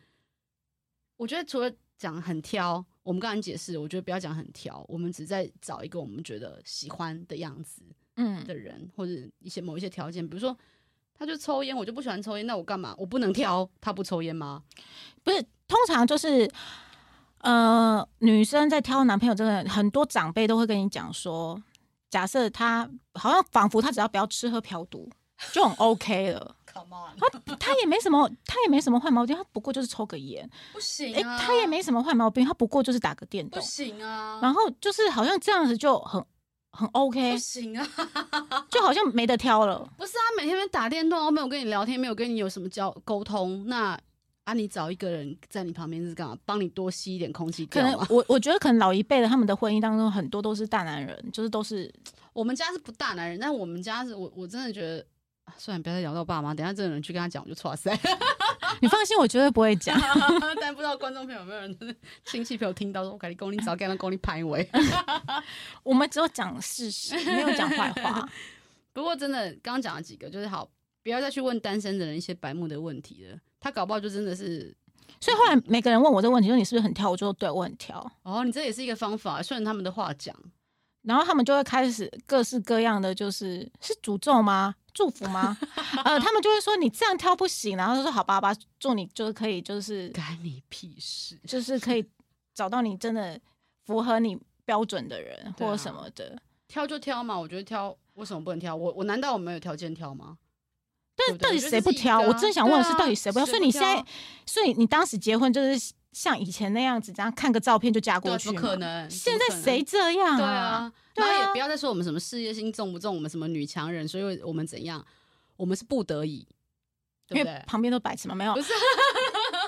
我觉得除了讲很挑，我们刚刚解释，我觉得不要讲很挑，我们只在找一个我们觉得喜欢的样子嗯，的人，或者一些某一些条件，比如说他就抽烟，我就不喜欢抽烟，那我干嘛？我不能挑他不抽烟吗？不是，通常就是呃，女生在挑男朋友这个，很多长辈都会跟你讲说，假设他好像仿佛他只要不要吃喝嫖 赌就很 OK 了， Come on，他也没什么，他也没什么坏毛病，他不过就是抽个烟，不行啊哎、他也没什么坏毛病，他不过就是打个电动，行啊然后就是好像这样子就很很 OK，行啊，就好像没得挑了。不是啊，每天在打电动，没有跟你聊天，没有跟你有什么交沟通，那。啊，你找一个人在你旁边是干嘛？帮你多吸一点空气可掉吗，能我我觉得，可能老一辈的他们的婚姻当中，很多都是大男人，就是都是我们家是不大男人，但我们家是我我真的觉得，啊算了，不要再聊到爸妈，等一下这个人去跟他讲，我就错塞。你放心，我绝对不会讲。但不知道观众朋友有没有人亲戚朋友听到说，我跟你讲，你早跟他讲你拍尾。我们只有讲事实，没有讲坏话。不过真的，刚刚讲了几个，就是好，不要再去问单身的人一些白目的问题了。他搞不好就真的是，所以后来每个人问我这个问题，说你是不是很挑？我就说对，我很挑。哦，你这也是一个方法，顺着他们的话讲。然后他们就会开始各式各样的，就是是诅咒吗？祝福吗？ 呃，他们就会说你这样挑不行，然后就说好吧，好吧，祝你就是可以，就是干你屁事！就是可以找到你真的符合你标准的人对啊或什么的。挑就挑嘛，我觉得挑为什么不能挑？我我难道我没有条件挑吗？对但不对到底我觉得谁这不是一挑？个啊我真想问的是，对啊到底谁不挑？谁所以不你现在挑，所以你当时结婚就是像以前那样子，这样看个照片就嫁对过啊，去怎吗？么可能？现怎么可在能谁这样对啊，对然啊后也不要再说我们什么事业心重不重，我们什么女强人，所以我们怎样，我们是不得已，因对不为对？啊旁边都白痴嘛，没有。不是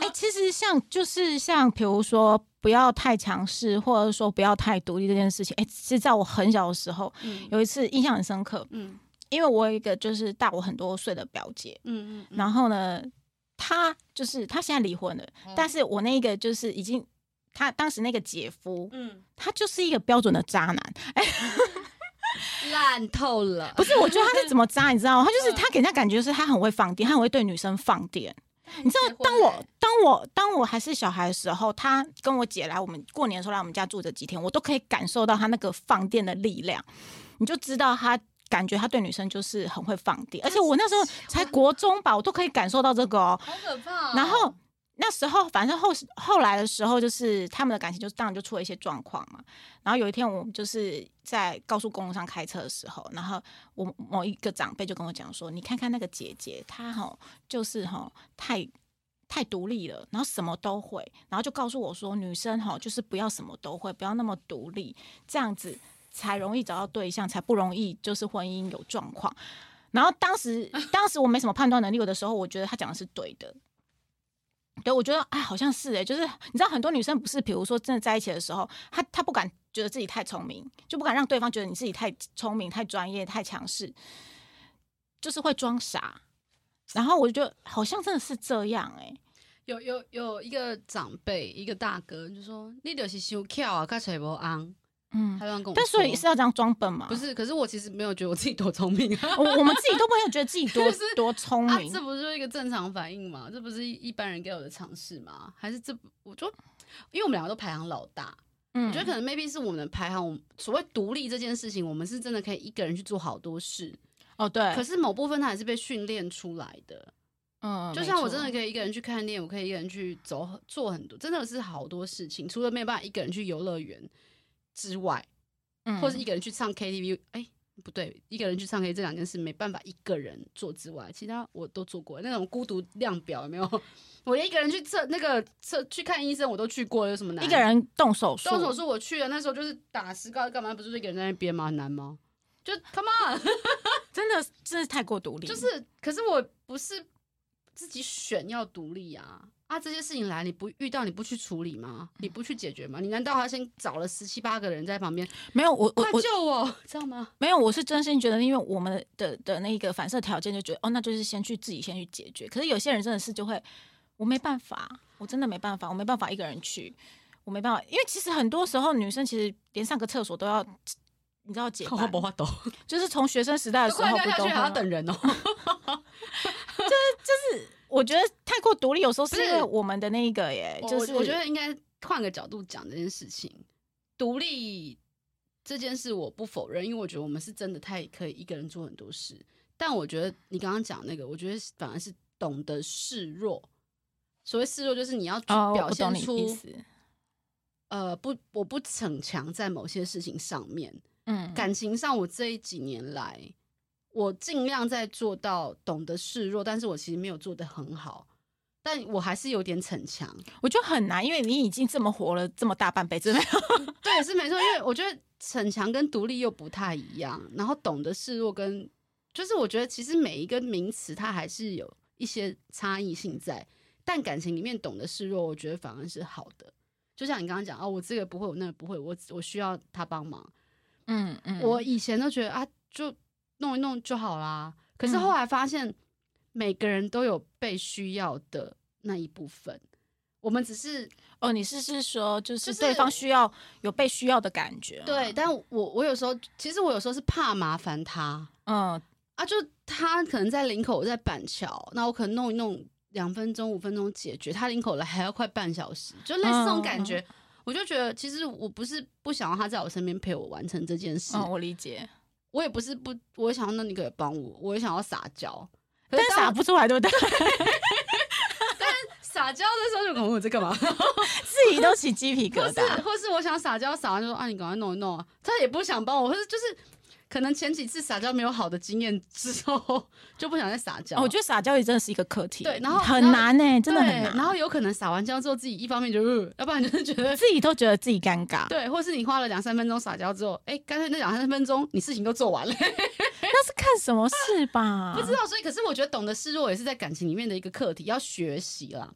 哎、其实像就是像，比如说不要太强势，或者说不要太独立这件事情，哎、其实在我很小的时候，嗯有一次印象很深刻，嗯因为我有一个就是大我很多岁的表姐，嗯嗯，然后呢，她就是她现在离婚了，哦但是我那个就是已经。她当时那个姐夫，嗯他就是一个标准的渣男，烂透了，不是？我觉得他是怎么渣，你知道吗？他就是他给人家感觉就是他很会放电，他很会对女生放电，你知道，当我当我当我还是小孩的时候，他跟我姐来我们过年的时候来我们家住这几天，我都可以感受到他那个放电的力量，你就知道他感觉他对女生就是很会放电，而且我那时候才国中吧，我都可以感受到这个哦。好可怕哦然后那时候反正后后来的时候，就是他们的感情就是当然就出了一些状况嘛。然后有一天我们就是在高速公路上开车的时候，然后我某一个长辈就跟我讲说：“你看看那个姐姐，她哈就是哈太。”太独立了，然后什么都会，然后就告诉我说，女生哈就是不要什么都会，不要那么独立，这样子才容易找到对象，才不容易就是婚姻有状况。然后当时当时我没什么判断能力，有的时候我觉得他讲的是对的，对，我觉得哎，好像是哎、就是你知道很多女生不是，比如说真的在一起的时候，她她不敢觉得自己太聪明，就不敢让对方觉得你自己太聪明、太专业、太强势，就是会装傻。然后我就觉得好像真的是这样哎、有有有一个长辈，一个大哥就说你就是修跳啊，跟吹不昂，嗯他，这样跟我说，但所以是要这样装笨嘛？不，是？可是我其实没有觉得我自己多聪明啊。我我们自己都没有觉得自己多就是多聪啊，明这，不是一个正常反应吗？这不是一一般人给我的尝试吗？还是这我就因为我们两个都排行老大，嗯我觉得可能 maybe 是我们的排行，我们所谓独立这件事情，我们是真的可以一个人去做好多事。哦对，可是某部分它还是被训练出来的，嗯就像我真的的可以一个人去看店，我可以一个人去走很做很多，真的是好多事情，除了没有办法一个人去游乐园之外，嗯或是一个人去唱 KTV，哎、不对，一个人去唱 K 这两件事没办法一个人做之外，其他我都做过。那种孤独量表有没有？ 我连一个人去测那个测去看医生我都去过，有什么难？一个人动手术，动手术我去了，那时候就是打石膏干嘛？不是就一个人在那边吗？很难吗？就 come on， 真的真的是太过独立，就是，可是我不是自己选要独立啊啊！这些事情来你不遇到你不去处理吗？你不去解决吗？你难道还先找了十七八个人在旁边没有我我快我救我，知道吗？没有，我是真心觉得，因为我们的的的那个反射条件就觉得，哦，那就是先去自己先去解决。可是有些人真的是就会，我没办法，我真的没办法，我没办法一个人去，我没办法，因为其实很多时候女生其实连上个厕所都要，你知道 解我吧？不抖，就是从学生时代的时快候掉不下都去还要会？等人哦。我觉得太过独立，有时候是不是因为我们的那个耶，我就是我觉得应该换个角度讲这件事情，独立这件事我不否认，因为我觉得我们是真的太可以一个人做很多事。但我觉得你刚刚讲那个，我觉得反而是懂得示弱。所谓示弱，就是你要去哦，表我懂现你出、意思，呃不，我不逞强在某些事情上面。嗯，感情上，我这一几年来，我尽量在做到懂得示弱，但是我其实没有做得很好，但我还是有点逞强。我觉得很难，因为你已经这么活了这么大半辈子，没有 对，是没错，因为我觉得逞强跟独立又不太一样，然后懂得示弱跟，就是我觉得其实每一个名词它还是有一些差异性在，但感情里面懂得示弱，我觉得反而是好的。就像你刚刚讲，哦，我这个不会，我那个不会，我我需要他帮忙。嗯嗯我以前都觉得啊，就弄一嗯弄就好啦。可是后来发现，每个人都有被需要的那一部分。我们只是哦，你是是说就就是是对方需要有被需要的感觉？啊对，，但我我有时候其实我有时候是怕麻烦他嗯，啊，就他可能在林口，我在板桥，那我可能弄一弄两分钟五分钟解决，他林口来还要快半小时，就类似这种感觉。我就觉得，其实我不是不想要他在我身边陪我完成这件事，嗯，我理解，我也不是不，我也想要那你可以帮我，我也想要撒娇，可但是是当撒我不出来，对 不对？撒娇的时候就可能我在 干嘛？自己都起鸡皮或疙瘩是。或是我想撒娇，撒完就说啊，你赶快弄一弄啊。他也不想帮我，或是就是可能前几次撒娇没有好的经验之后， 就不想再撒娇。哦我觉得撒娇也真的是一个课题，对然后很难呢、真的很对难。然后有可能撒完娇之后，自己一方面就，呃要不然就是觉得自己都觉得自己尴尬，对，或是你花了两三分钟撒娇之后，哎，干脆那两三分钟你事情都做完了，那是看什么事吧？ 不知道。所以，可是我觉得懂得示弱也是在感情里面的一个课题，要学习啦，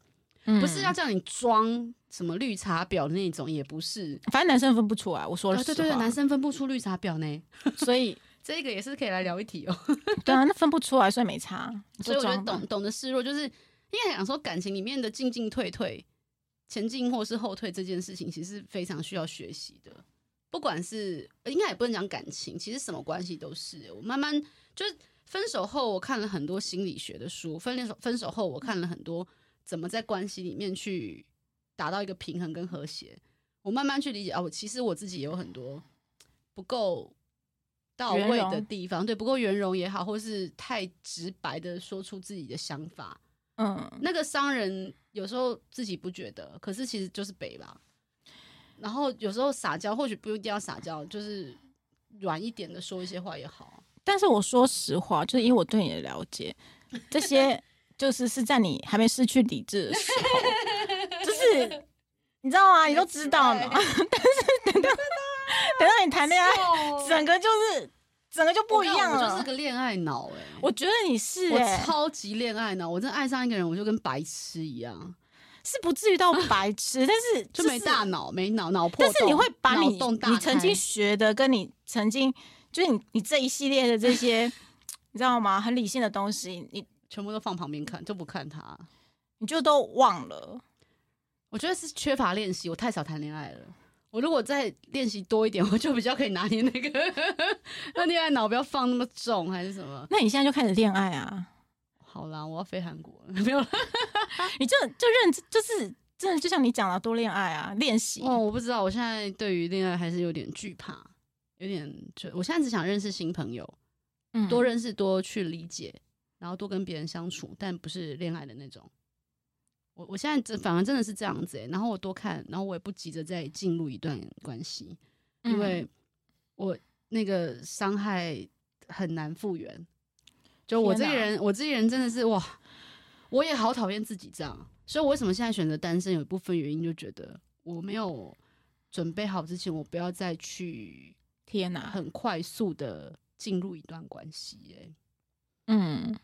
嗯不是啊要叫你装什么绿茶婊的那种，也不是。反正男生分不出来。我说啊了实对话，对对，男生分不出绿茶婊呢，所 以这个也是可以来聊一题哦。对啊，那分不出来，所以没差。所以我觉得就装吧懂懂得示弱，就是应该讲说感情里面的进进退退、前进或是后退这件事情，其实是非常需要学习的。不管是呃应该也不能讲感情，其实什么关系都是。欸我慢慢就是分手后，我看了很多心理学的书；分手分手后，我看了很多怎么在关系里面去达到一个平衡跟和谐。我慢慢去理解啊，我其实我自己也有很多不够到圆位的融地方，对，不够圆融也好，或是太直白的说出自己的想法，嗯，那个伤人有时候自己不觉得，可是其实就是北吧。然后有时候撒娇，或许不一定要撒娇，就是软一点的说一些话也好。但是我说实话，就是以我对你的了解，这 些就是是在你还没失去理智的时候，就是你知道吗？你都知道嘛。但是 等到等到你谈恋爱，整个就是整个就哎不一样啊哦我就是了。个恋爱脑哎、我觉得你是、我欸，超级恋爱脑，我真的爱上一个人，我就跟白痴一样，是不至于到白痴，但是 就是没大脑，没脑脑破但洞。是你会把你脑洞大你曾经开学的跟你曾经就是你你这一系列的这些， 你知道吗？很理性的东西，你全部都放旁边看，就不看他。你就都忘了。我觉得是缺乏练习，我太少谈恋爱了。我如果再练习多一点，我就比较可以拿捏那个 那恋爱脑，不要放那么重，还是什么？那你现在就开始恋爱啊？好啦，我要飞韩国了，没有啦。你就就认真，就是真的，就像你讲的，多恋爱啊，练习。哦，我不知道，我现在对于恋爱还是有点惧怕，有点就我现在只想认识新朋友，嗯多认识，多去理解，然后多跟别人相处，但不是恋爱的那种。我我现在真反而真的是这样子、欸，然后我多看，然后我也不急着再进入一段关系。嗯因为我那个伤害很难复原。就我这天个哪人，我这个人真的是哇，我也好讨厌自己这样。所以我为什么现在选择单身，有一部分原因就觉得我没有准备好之前，我不要再去天哪、很快速的进入一段关系、欸耶。嗯，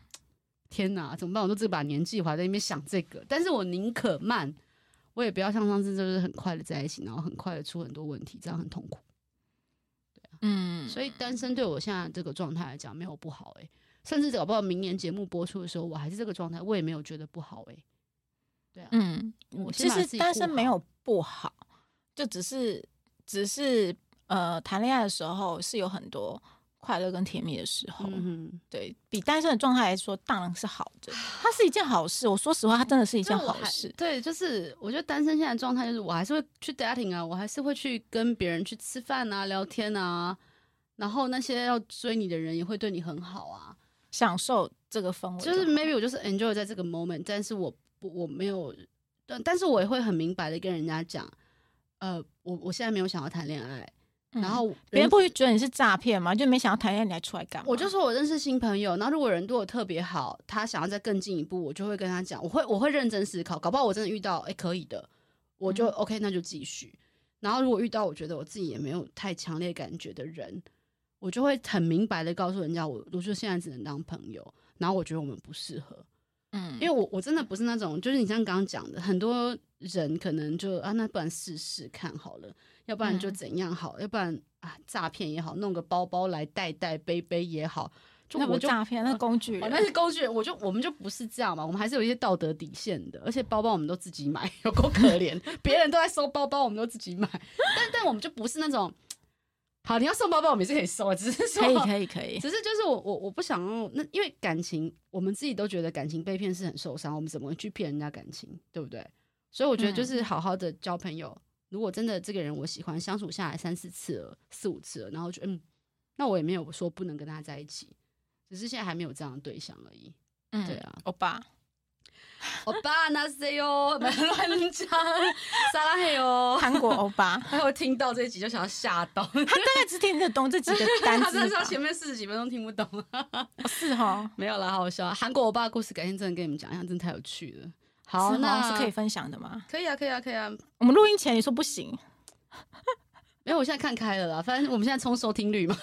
天哪，怎么办？我都这把年纪，我还在那边想这个，但是我宁可慢，我也不要像上次就是很快的在一起，然后很快的出很多问题，这样很痛苦。嗯，所以单身对我现在这个状态来讲没有不好哎、甚至搞不好明年节目播出的时候，我还是这个状态，我也没有觉得不好哎、对啊，嗯我，其先把实自己单顾身没好有不好，就只是只是呃，谈恋爱的时候是有很多快乐跟甜蜜的时候，嗯对比单身的状态来说，当然是好的，它是一件好事。我说实话，它真的是一哼，件就我好还事。对，就是我觉得单身现在的状态就是，我还是会去 dating 啊，我还是会去跟别人去吃饭啊、聊天啊，然后那些要追你的人也会对你很好啊，享受这个氛围好，就是 maybe 我就是 enjoy 在这个 moment，但是我不我没有，但但是我也会很明白的跟人家讲，呃，我我现在没有想要谈恋爱，嗯然后别人不啊会觉得你是诈骗吗？就没想要谈恋爱，你还出来干嘛？我就说我认识新朋友，然后如果有人对我特别好，他想要再更进一步，我就会跟他讲，我会我会认真思考，搞不好我真的遇到哎、诶可以的，我就、嗯 OK 那就继续。然后如果遇到我觉得我自己也没有太强烈感觉的人，我就会很明白的告诉人家我，我就现在只能当朋友，然后我觉得我们不适合，嗯，因为我我真的不是那种，就是你像刚刚讲的，很多人可能就啊，那不然试试看好了，要不然就嗯怎样好，要不然啊，诈骗也好，弄个包包来带带背背也好，那就我我就诈骗，那工具哦，人，那是工具人，我就我们就不是这样嘛，我们还是有一些道德底线的。而且包包我们都自己买，有够可怜，别人都在收包包，我们都自己买。但但我们就不是那种，好，你要送包包，我们也是可以送啊，只是说 可以可以可以，只是就是我我我不想要那，因为感情我们自己都觉得感情被骗是很受伤，我们怎么会去骗人家感情，对不对？所以我觉得就是好好的交朋友，如果真的这个人我喜欢，相处下来三四次了、四五次了，然后就嗯，那我也没有说不能跟他在一起，只是现在还没有这样的对象而 已。嗯对啊，欧巴，欧巴那谁哟，没乱讲，撒拉嘿哦哟。韩国欧 巴，还有听到这一集就想要吓到，他大概只听得懂这几个单 他真字的吧到前面四十几分钟听不懂。哦是哈，没有啦，好好笑啊。韩国欧巴的故事改天真的跟你们讲一下，真的太有趣了。好，是那哈是可以分享的吗？可以啊，可以啊，可以啊。我们录音前你说不行，没有，我现在看开了啦。反正我们现在冲收听率嘛，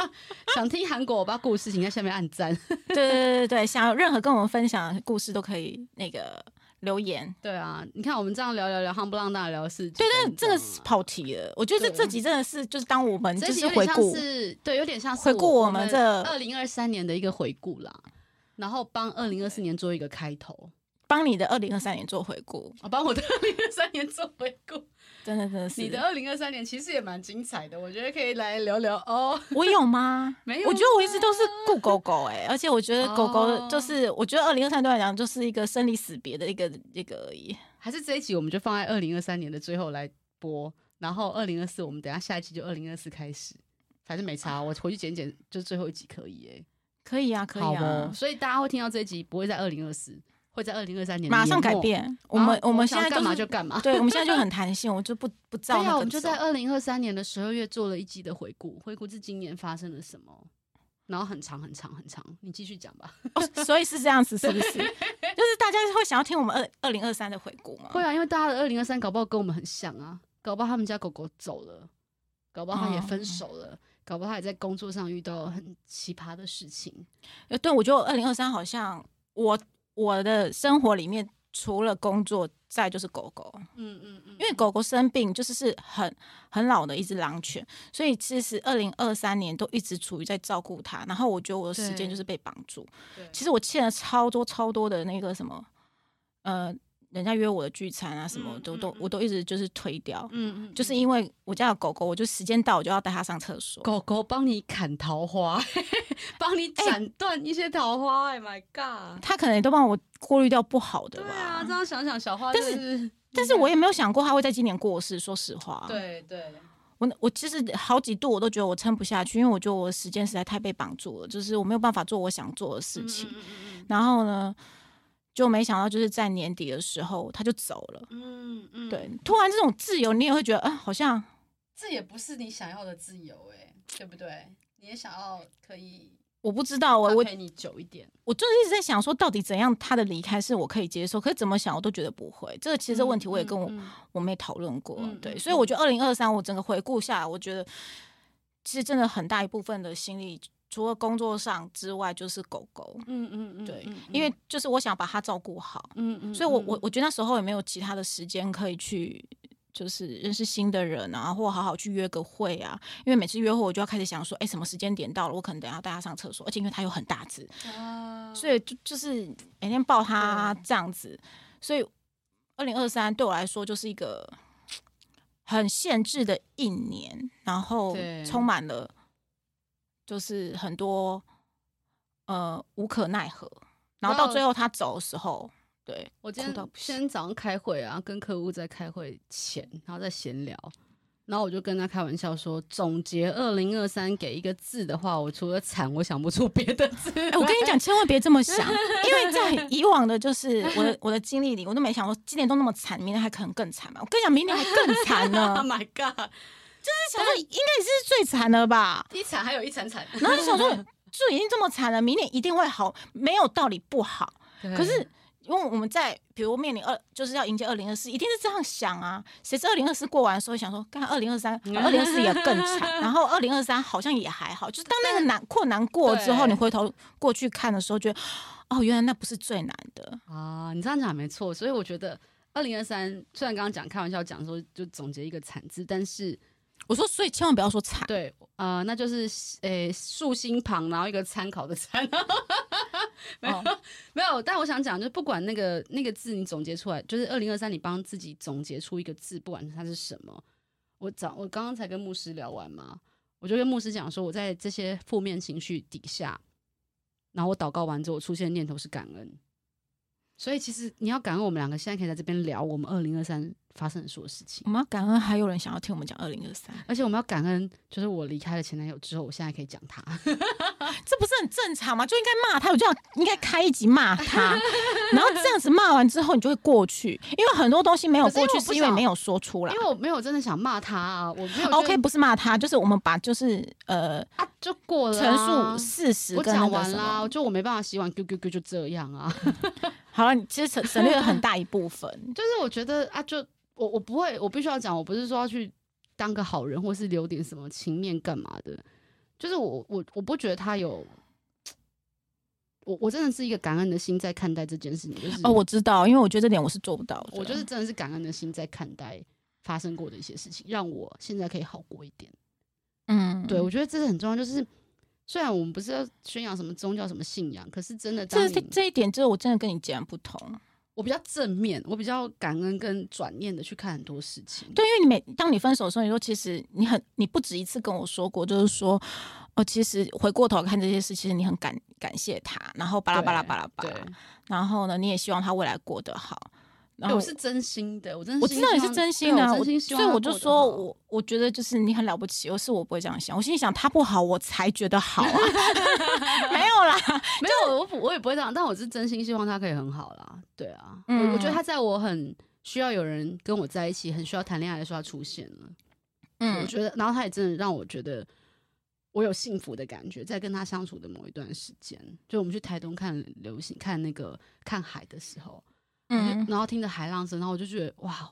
想听韩国欧巴故事，请在下面按赞。 对对对对对，想要任何跟我们分享的故事都可以那个留言。对啊，你看我们这样聊聊聊，夯不浪当聊的事情。对，但是这个是跑题了。我觉得这对这集真的是就是当我们这就一集有回点像顾，是对，有点像是回顾我我们这二零二三年的一个回顾啦，然后帮二零二四年做一个开头，帮你的二零二三年做回顾，啊，帮我的二零二三年做回顾。真的真的是你的二零二三年其实也蛮精彩的，我觉得可以来聊聊哦。 我有吗？没有啊我觉得我一直都是顾狗狗哎、而且我觉得狗哦狗就是，我觉得二零二三对我来讲就是一个生离死别的一个一个而已。还是这一集我们就放在二零二三年的最后来播，然后二零二四我们等一下下一期就二零二四开始，反正没差，我回去剪剪就最后一集可以哎、可以啊，可以好啊哦，，所以大家会听到这一集不会在二零二四，会在二零二三年的马上年改末。变。我们啊我们现想在干就嘛是就干嘛，对，我们现在就很弹性，我就不不对 照那啊，个我们就走在二零二三年的十二月做了一集的回顾，回顾至今年发生了什么，然后很长很长很长，你继续讲吧。哦所以是这样子，是不 是？就是大家会想要听我们二二零二三的回顾吗？会啊，因为大家的二零二三搞不好跟我们很像啊，搞不好他们家狗狗走了，搞不好哦他也嗯分手了，搞不好他也在工作上遇到很奇葩的事情。呃，对，我觉得二零二三好像我我的生活里面除了工作，再就是狗狗，嗯嗯嗯，因为狗狗生病就是是很很老的一只狼犬，所以其实二零二三年都一直处于在照顾它，然后我觉得我的时对间就是被绑住，对其实我欠了超多超多的那个什么，呃，人家约我的聚餐啊什么嗯都嗯都嗯我都一直就是推掉，嗯嗯，就是因为我家的狗狗，我就时间到我就要带它上厕所。狗狗帮你砍桃花，帮你哎斩断一些桃花。哎 my god！它可能也都帮我过滤掉不好的对吧，啊，这样想想，小花但真的是，但是我也没有想过他会在今年过世。说实话，啊对对，我我其实好几度我都觉得我撑不下去，因为我觉得我的时间实在太被绑住了，就是我没有办法做我想做的事情。嗯嗯然后呢，就没想到就是在年底的时候他就走了。嗯嗯嗯，对，，突然这种自由，你也会觉得，啊、好像这也不是你想要的自由，哎，对不对？你也想要可以我不知道，我我陪你久一点。我就是一直在想说，到底怎样他的离开是我可以接受，可是怎么想我都觉得不会。这个其实这个问题我也跟我、嗯嗯嗯我们也讨论过，嗯对，嗯所以我觉得二零二三我整个回顾下来，我觉得其实真的很大一部分的心力，除了工作上之外，就是狗狗，嗯嗯嗯，对，嗯因为就是我想把它照顾好，嗯嗯，所以我嗯我我觉得那时候也没有其他的时间可以去。就是认识新的人啊，或好好去约个会啊，因为每次约会我就要开始想说，哎、什么时间点到了，我可能等一下要带他上厕所，而且因为他又很大只，啊所以就就是每天抱他啊对这样子，所以二零二三对我来说就是一个很限制的一年，然后对充满了就是很多呃无可奈何，然后然后到最后他走的时候，对我今哭到天不今行天早上开会啊，跟客户在开会前，然后在闲聊，然后我就跟他开玩笑说，总结二零二三给一个字的话，我除了惨，我想不出别的字。哎、 我跟你讲，千万别这 么想，因为在以往的，就是我的我的经历里，我都没想过今年都那么惨，明年还可能更惨嘛。我跟你讲，明年还更惨呢 Oh。my god！就是想说，应该也是最惨的吧？一惨还有一惨惨，然后就想说，就已经这么惨了，明年一定会好，没有道理不好。可是因为我们在比如面临二，就是要迎接二零二四，一定是这样想啊。谁知二零二四过完的时候想说，看二零二 三，二零二四也更惨，然后二零二三好像也还好。就是当那个难困难过之后，对你回头过去看的时候，觉得哦，原来那不是最难的。啊，你这样讲没错，所以我觉得二零二三虽然刚刚讲开玩笑讲说就总结一个惨字，但是我说，所以千万不要说惨，对，呃，那就是诶竖心旁，然后一个参考的参， 没有、哦没有。但我想讲，就是不管那个那个字你总结出来，就是二零二三你帮自己总结出一个字，不管它是什么。我早我刚刚才跟牧师聊完嘛，我就跟牧师讲说，我在这些负面情绪底下，然后我祷告完之后，我出现的念头是感恩。所以其实你要感恩，我们两个现在可以在这边聊我们二零二三发生的所有事情。我们要感恩还有人想要听我们讲二零二三，而且我们要感恩，就是我离开了前男友之后，我现在可以讲 他。这不是很正常吗？就应该骂他，我就要应该开一集骂 他，然后这样子骂完之后，你就会过去，因为很多东西没有过去，可是因为我不是因为想没有说出来因。为我没有真的想骂他啊，我没有 OK，觉得不是骂他，就是我们把就是呃啊，就过了、陈述啊。事实我跟那讲个完什么啦，。就我没办法洗碗，咕咕咕就这样啊。。好了，你其实省省略了很大一部分 就是我觉得啊，就我我不会，我必须要讲，我不是说要去当个好人，或是留点什么情面干嘛的。就是我我我不觉得他有，我我真的是一个感恩的心在看待这件事情。就是哦，我知道，因为我觉得这点我是做不到的。我就是真的是感恩的心在看待发生过的一些事情，让我现在可以好过一点。嗯，对，我觉得这是很重要。就是虽然我们不是要宣扬什么宗教、什么信仰，可是真的当这你，这这一点，就是我真的跟你截然不同。我比较正面，我比较感恩跟转念的去看很多事情。对，因为你每当你分手的时候，你说其实你很，你不止一次跟我说过，就是说，哦，其实回过头看这些事，其实你很感感谢他，然后巴拉巴拉巴拉巴对拉，然后呢，你也希望他未来过得好。然对，后我是真心的，我真我知心希道望，你是真心的啊，对我我真心希所望以他我过就得说好我我觉得就是你很了不起，我是我不会这样想，我心里想他不好，我才觉得好啊， 没有啦，没有，我不我也不会这样，但我是真心希望他可以很好啦。对啊，我我觉得嗯他在我很需要有人跟我在一起，很需要谈恋爱的时候，他出现了。 我嗯，觉得，然后他也真的让我觉得我有幸福的感觉，在跟他相处的某一段时间，就我们去台东看流行、看那个看海的时候，嗯嗯，，然后听着海浪声，然后我就觉得哇，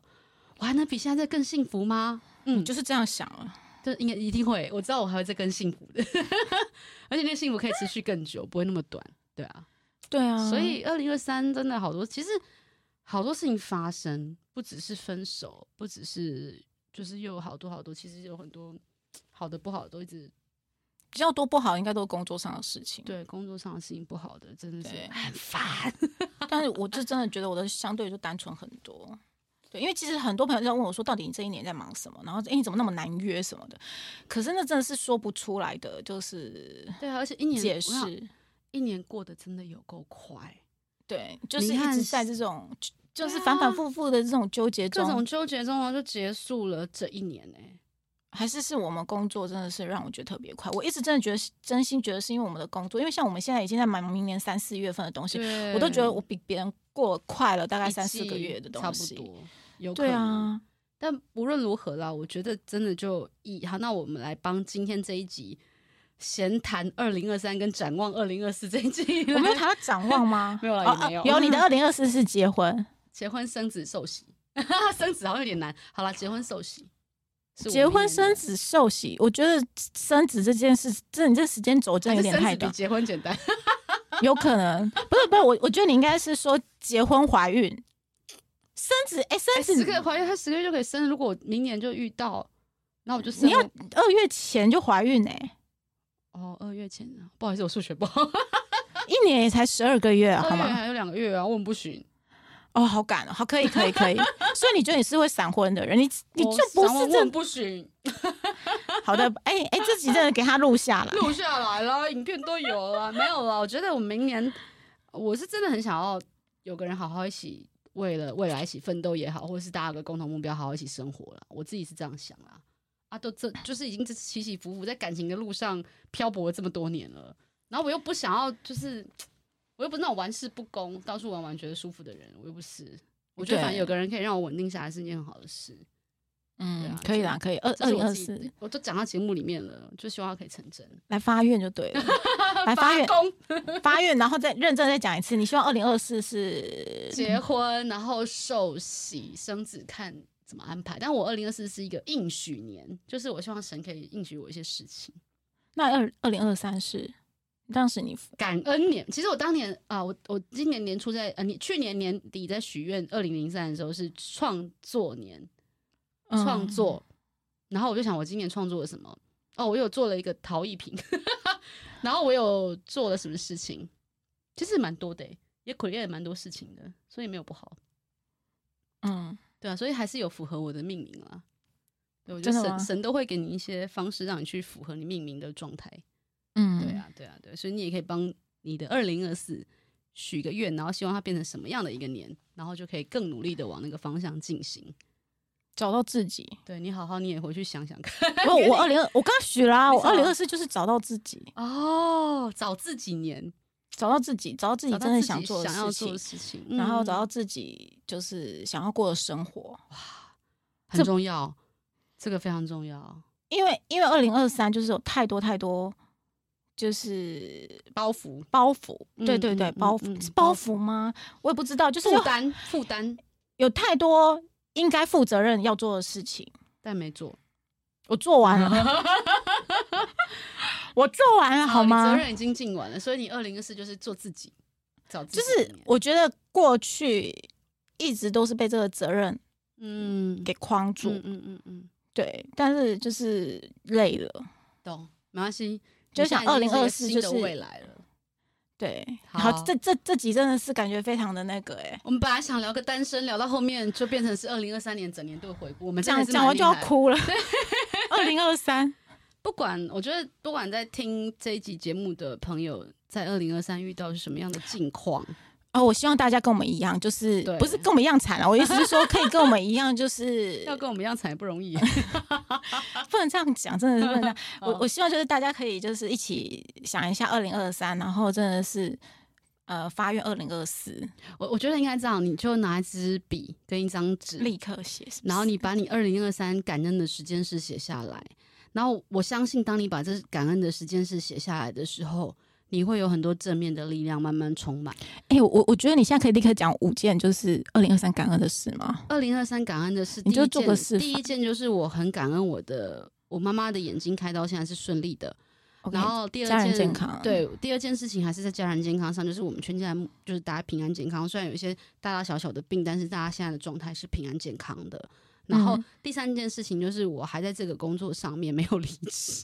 我还能比现在更幸福吗？嗯，就就是这样想啊了。就应该一定会，我知道我还会再更幸福的， 而且那个幸福可以持续更久，不会那么短，对啊。对啊，所以二零二三真的好多，其实好多事情发生，不只是分手，不只是就是又有好多好多，其实有很多好的不好的都一直比较多不好，应该都是工作上的事情。，对工作上的事情不好的，真的是对很烦。但是我就真的觉得我的相对就单纯很多。对，因为其实很多朋友在问我说，到底你这一年在忙什么？然后，哎，你怎么那么难约什么的？可是那真的是说不出来的，就是 对啊，而且一年解我想释。一年过得真的有够快，对，就是你一看直在这种，就就是对啊反反复复的这种纠结各中，种纠结中然后就结束了这一年呢、欸还是是我们工作真的是让我觉得特别快。我一直真的觉得，真心觉得是因为我们的工作，因为像我们现在已经在忙明年三四月份的东西，对我都觉得我比别人过快了大概一三四个季月的东差不西。多，有可对能。啊，但无论如何啦，我觉得真的就以好，那我们来帮今天这一集闲谈二零二三跟展望二零二四这一集来，我没有谈到展望吗 ？没有啦哦也没有啊有你的二零二四是结婚，结婚生子受洗， 生子好像有点难。好啦，结婚受洗，是我结明婚年生的子受洗，我觉得生子这件事，这你这时间轴真还的有点是生太子比短，结婚简单。有可能 不是不是我，我觉得你应该是说结婚怀孕，生子哎、哎生十子个月怀孕，他十个月就可以生。如果我明年就遇到，那我就生你要了二月前就怀 孕哎、哦，二月前啊，不好意思，我数学不好，一年也才十二个月、啊、二好 月吗？还有两个月啊，我很不行。哦，好赶哦，好可以可以 可以，所以你觉得你是会闪婚的人，你你我就不想是问我很这不行，好的哎哎、这集真的给他录下来，录下来啦，影片都有了，没有了。我觉得我明年我是真的很想要有个人好好一起为了未来一起奋斗也好，或者是大家有个共同目标好好一起生活了。我自己是这样想啦。啊，都这就是已经这起起伏伏在感情的路上漂泊了这么多年了，然后我又不想要就是。我又不是那种玩世不恭、到处玩玩觉得舒服的人，我又不是。我觉得对反正有个人可以让我稳定下来是一件很好的事。对嗯啊，可以就啦可以，二这二是零我二自己四。我都讲到节目里面了，就希望它可以成真。来发愿就对 了，来发愿功发愿，然后再认真再讲一次。你希望二零二四是结婚，然后受洗、生子，看怎么安排。但我二零二四是一个应许年，就是我希望神可以应许我一些事情。那二二零二三是当时你感恩年，其实我当年啊、我我今年年初在呃，你去年年底嗯在许愿，二零零三的时候是创作年，创、作，然后我就想，我今年创作了什么？哦，我有做了一个陶艺品， 然后我有做了什么事情？其实蛮多的、欸，也 create 了蛮多事情的，所以没有不好。嗯，对啊，所以还是有符合我的命名啦。对，我觉真得的吗神神都会给你一些方式，让你去符合你命名的状态。嗯，对，啊，对啊，对，所以你也可以帮你的二零二四许个愿，然后希望它变成什么样的一个年，然后就可以更努力的往那个方向进行。找到自己。对你好好，你也回去想想看。不，我二零二，我刚刚许啦，哎你我什么二零二四就是找到自己， 哦，找自己年，找到自己，找到自己找到真的自想己做的想要事做情的，事情，然后嗯找到自己就是想要过的生活。很重要，这个非常重要。因为因为二零二三就是有太多太多就是包袱、包袱，嗯对对对，嗯包嗯嗯袱是包包袱吗？我也不知道，就是负有担、负担，有太多应该负责任要做的事情，但没做，我做完 了，我做完了好你责吗？任已经尽完了，所以你二零二四就是做自己，找自己就的是年我觉得过去一直都是被这个责任嗯，给框住，嗯嗯嗯嗯，对，但是就是累了，懂，没关系。就你现想在已经是一个2024新的就是未来了。对，好好，这这这集真的是感觉非常的那个哎、我们本来想聊个单身，聊到后面就变成是二零二三年整年度回顾。我们真的讲是讲蛮完就要厉害的。哭了。 二零二三，不管我觉得，不管在听这一集节目的朋友，在二零二三遇到是什么样的境况，哦，我希望大家跟我们一样，就是对不是跟我们一样惨了、啊我意思是说，可以跟我们一样， 就是要跟我们一样惨也不容易。 不能这样讲，真的是不能这样。哦我我希望就是大家可以就是一起想一下二零二三，然后真的是呃发愿二零二四，我我觉得应该这样，你就拿一支笔跟一张纸，立刻写，是不是然后你把你二零二三感恩的时间是写下来，然后我相信，当你把这感恩的时间是写下来的时候，你会有很多正面的力量慢慢充满。哎、我我觉得你现在可以立刻讲五件就是二零二三感恩的事吗？二零二三感恩的是第你一就件，做个示范第一件就是我很感恩我的我妈妈的眼睛开刀现在是顺利的，然后第二件家人健康对，第二件事情还是在家人健康上，就是我们全家人就是大家平安健康，虽然有一些大大小小的病，但是大家现在的状态是平安健康的。然后嗯第三件事情就是我还在这个工作上面没有离职，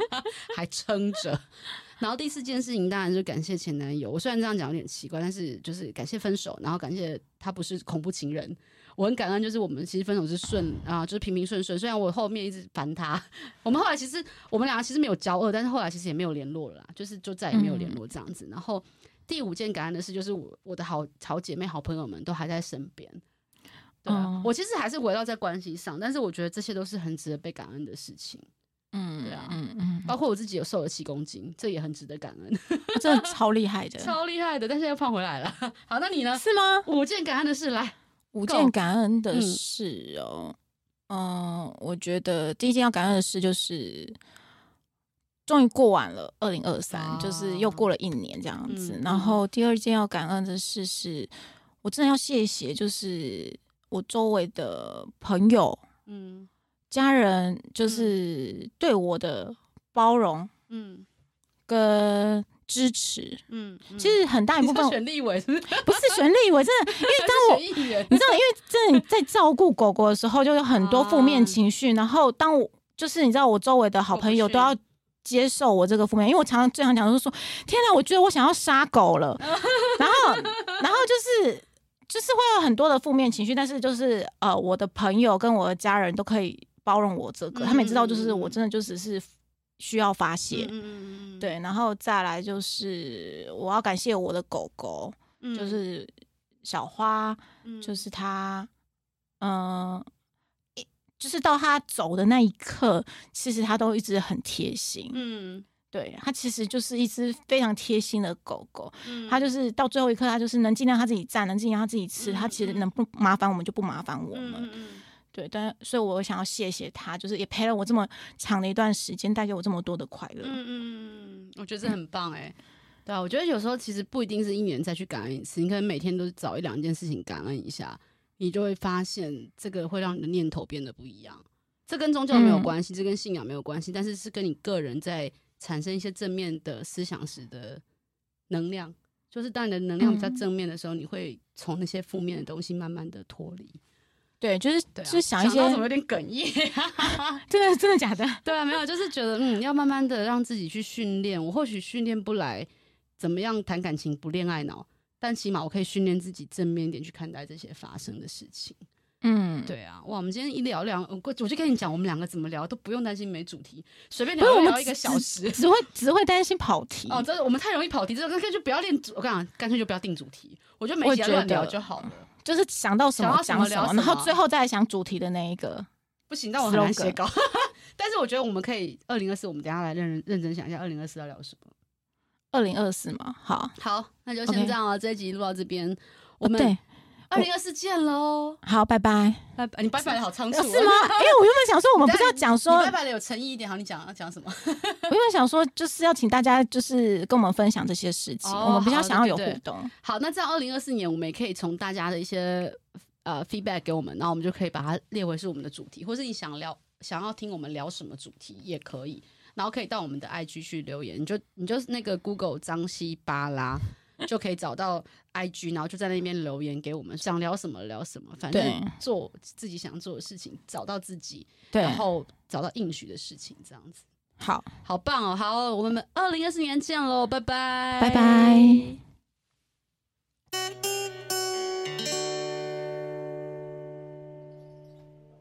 还撑着。然后第四件事情当然就感谢前男友，我虽然这样讲有点奇怪，但是就是感谢分手，然后感谢他不是恐怖情人，我很感恩，就是我们其实分手是顺啊、就是平平顺顺。虽然我后面一直烦他，我们后来其实我们两个其实没有交恶，但是后来其实也没有联络了啦，就是就再也没嗯有联络这样子。然后第五件感恩的事就是我我的好好姐妹、好朋友们都还在身边。对啊，哦我其实还是围绕在关系上，但是我觉得这些都是很值得被感恩的事情。嗯对啊嗯嗯，包括我自己有瘦了七公斤，这也很值得感恩，真的超厉害的， 超厉害的。但是要胖回来了。 好，那你呢？是吗？五件感恩的事，来，五 Go 件感恩的嗯事哦，嗯、我觉得第一件要感恩的事就是，终于过完了二零二三，就是又啊过了一年这样子。嗯嗯然后第二件要感恩的事是，我真的要谢谢，就是我周围的朋友、嗯家人，就是对我的包容嗯跟支持。嗯，嗯其实很大一你部说分选立委 是不是？不是旋律，我真的当选议员你知道，因为真的在照顾狗狗的时候，就有很多负面情绪。然后当我就是你知道，我周围的好朋友嗯过不去都要接受我这个负面，因为我常常最常讲就是说，天哪，我觉得我想要杀狗 了。然后，然后就是就是会有很多的负面情绪，但是就是呃，我的朋友跟我的家人都可以包容我这个，嗯他们也知道，就是嗯嗯我真的就只是需要发泄。嗯，对，然后再来就是我要感谢我的狗狗，嗯就是小花，就是他，嗯、一就是到他走的那一刻，其实他都一直很贴心。嗯对他其实就是一只非常贴心的狗狗，嗯它就是到最后一刻，它就是能尽量它自己站，能尽量它自己吃，它其实能不麻烦我们就不麻烦我们。嗯对，但所以我想要谢谢他，就是也陪了我这么长的一段时间，带给我这么多的快乐。嗯嗯，我觉得这很棒哎。对啊，我觉得有时候其实不一定是一年再去感恩一次，你可能每天都找一两件事情感恩一下，你就会发现这个会让你的念头变得不一样。这跟宗教没有关系，这跟信仰没有关系，但是是跟你个人在产生一些正面的思想时的能量。就是当你的能量比较嗯正面的时候，你会从那些负面的东西慢慢的脱离。对，就是对啊，就是想一些到怎么有点哽咽？ 真的真的假的？ 对啊，没有，就是觉得嗯，要慢慢的让自己去训练。我或许训练不来怎么样谈感情不恋爱脑，但起码我可以训练自己正面一点去看待这些发生的事情。嗯，对啊，哇，我们今天一聊聊，我我就跟你讲，我们两个怎么聊都不用担心没主题，随便不聊是我们聊一个小时。只会只会担心跑题。哦，这我们太容易跑题，这个干脆就不要练主，我跟你讲，干脆就不要定主题，我觉得每我集要觉乱得聊就好了。就是想到什想么到什讲么什聊么，什然后么最后再来想主题的那一个。不行，但我很难 slogan 写稿。 但是我觉得我们可以，二零二四，我们等一下来认认真想一下，二零二四要聊什么。二零二四嘛，好，好，那就 OK 先这样啊了，这一集录到这边，哦我们对，二零二四见喽，好，拜拜。拜拜！你拜拜的好仓促、哦哦， 是吗？因为我原本想说，我们不是要讲你说，我拜拜的有诚意一点，好，你讲要讲什么？原本想说，就是要请大家就是跟我们分享这些事情，哦我们比较想要有好对对互对动。好，那这样二零二四年，我们也可以从大家的一些呃 feedback 给我们，然后我们就可以把它列为是我们的主题，或是你想聊想要听我们聊什么主题也可以，然后可以到我们的 IG 去留言，你就你就是那个 Google 张西巴拉。就可以找到 IG，然后就在那边留言给我们，想聊什么聊什么，反正对做自己想做的事情，找到自己，对然，后找到应许的事情，这样子，好，好棒哦！好，我们二零二四年见喽，拜拜，拜拜。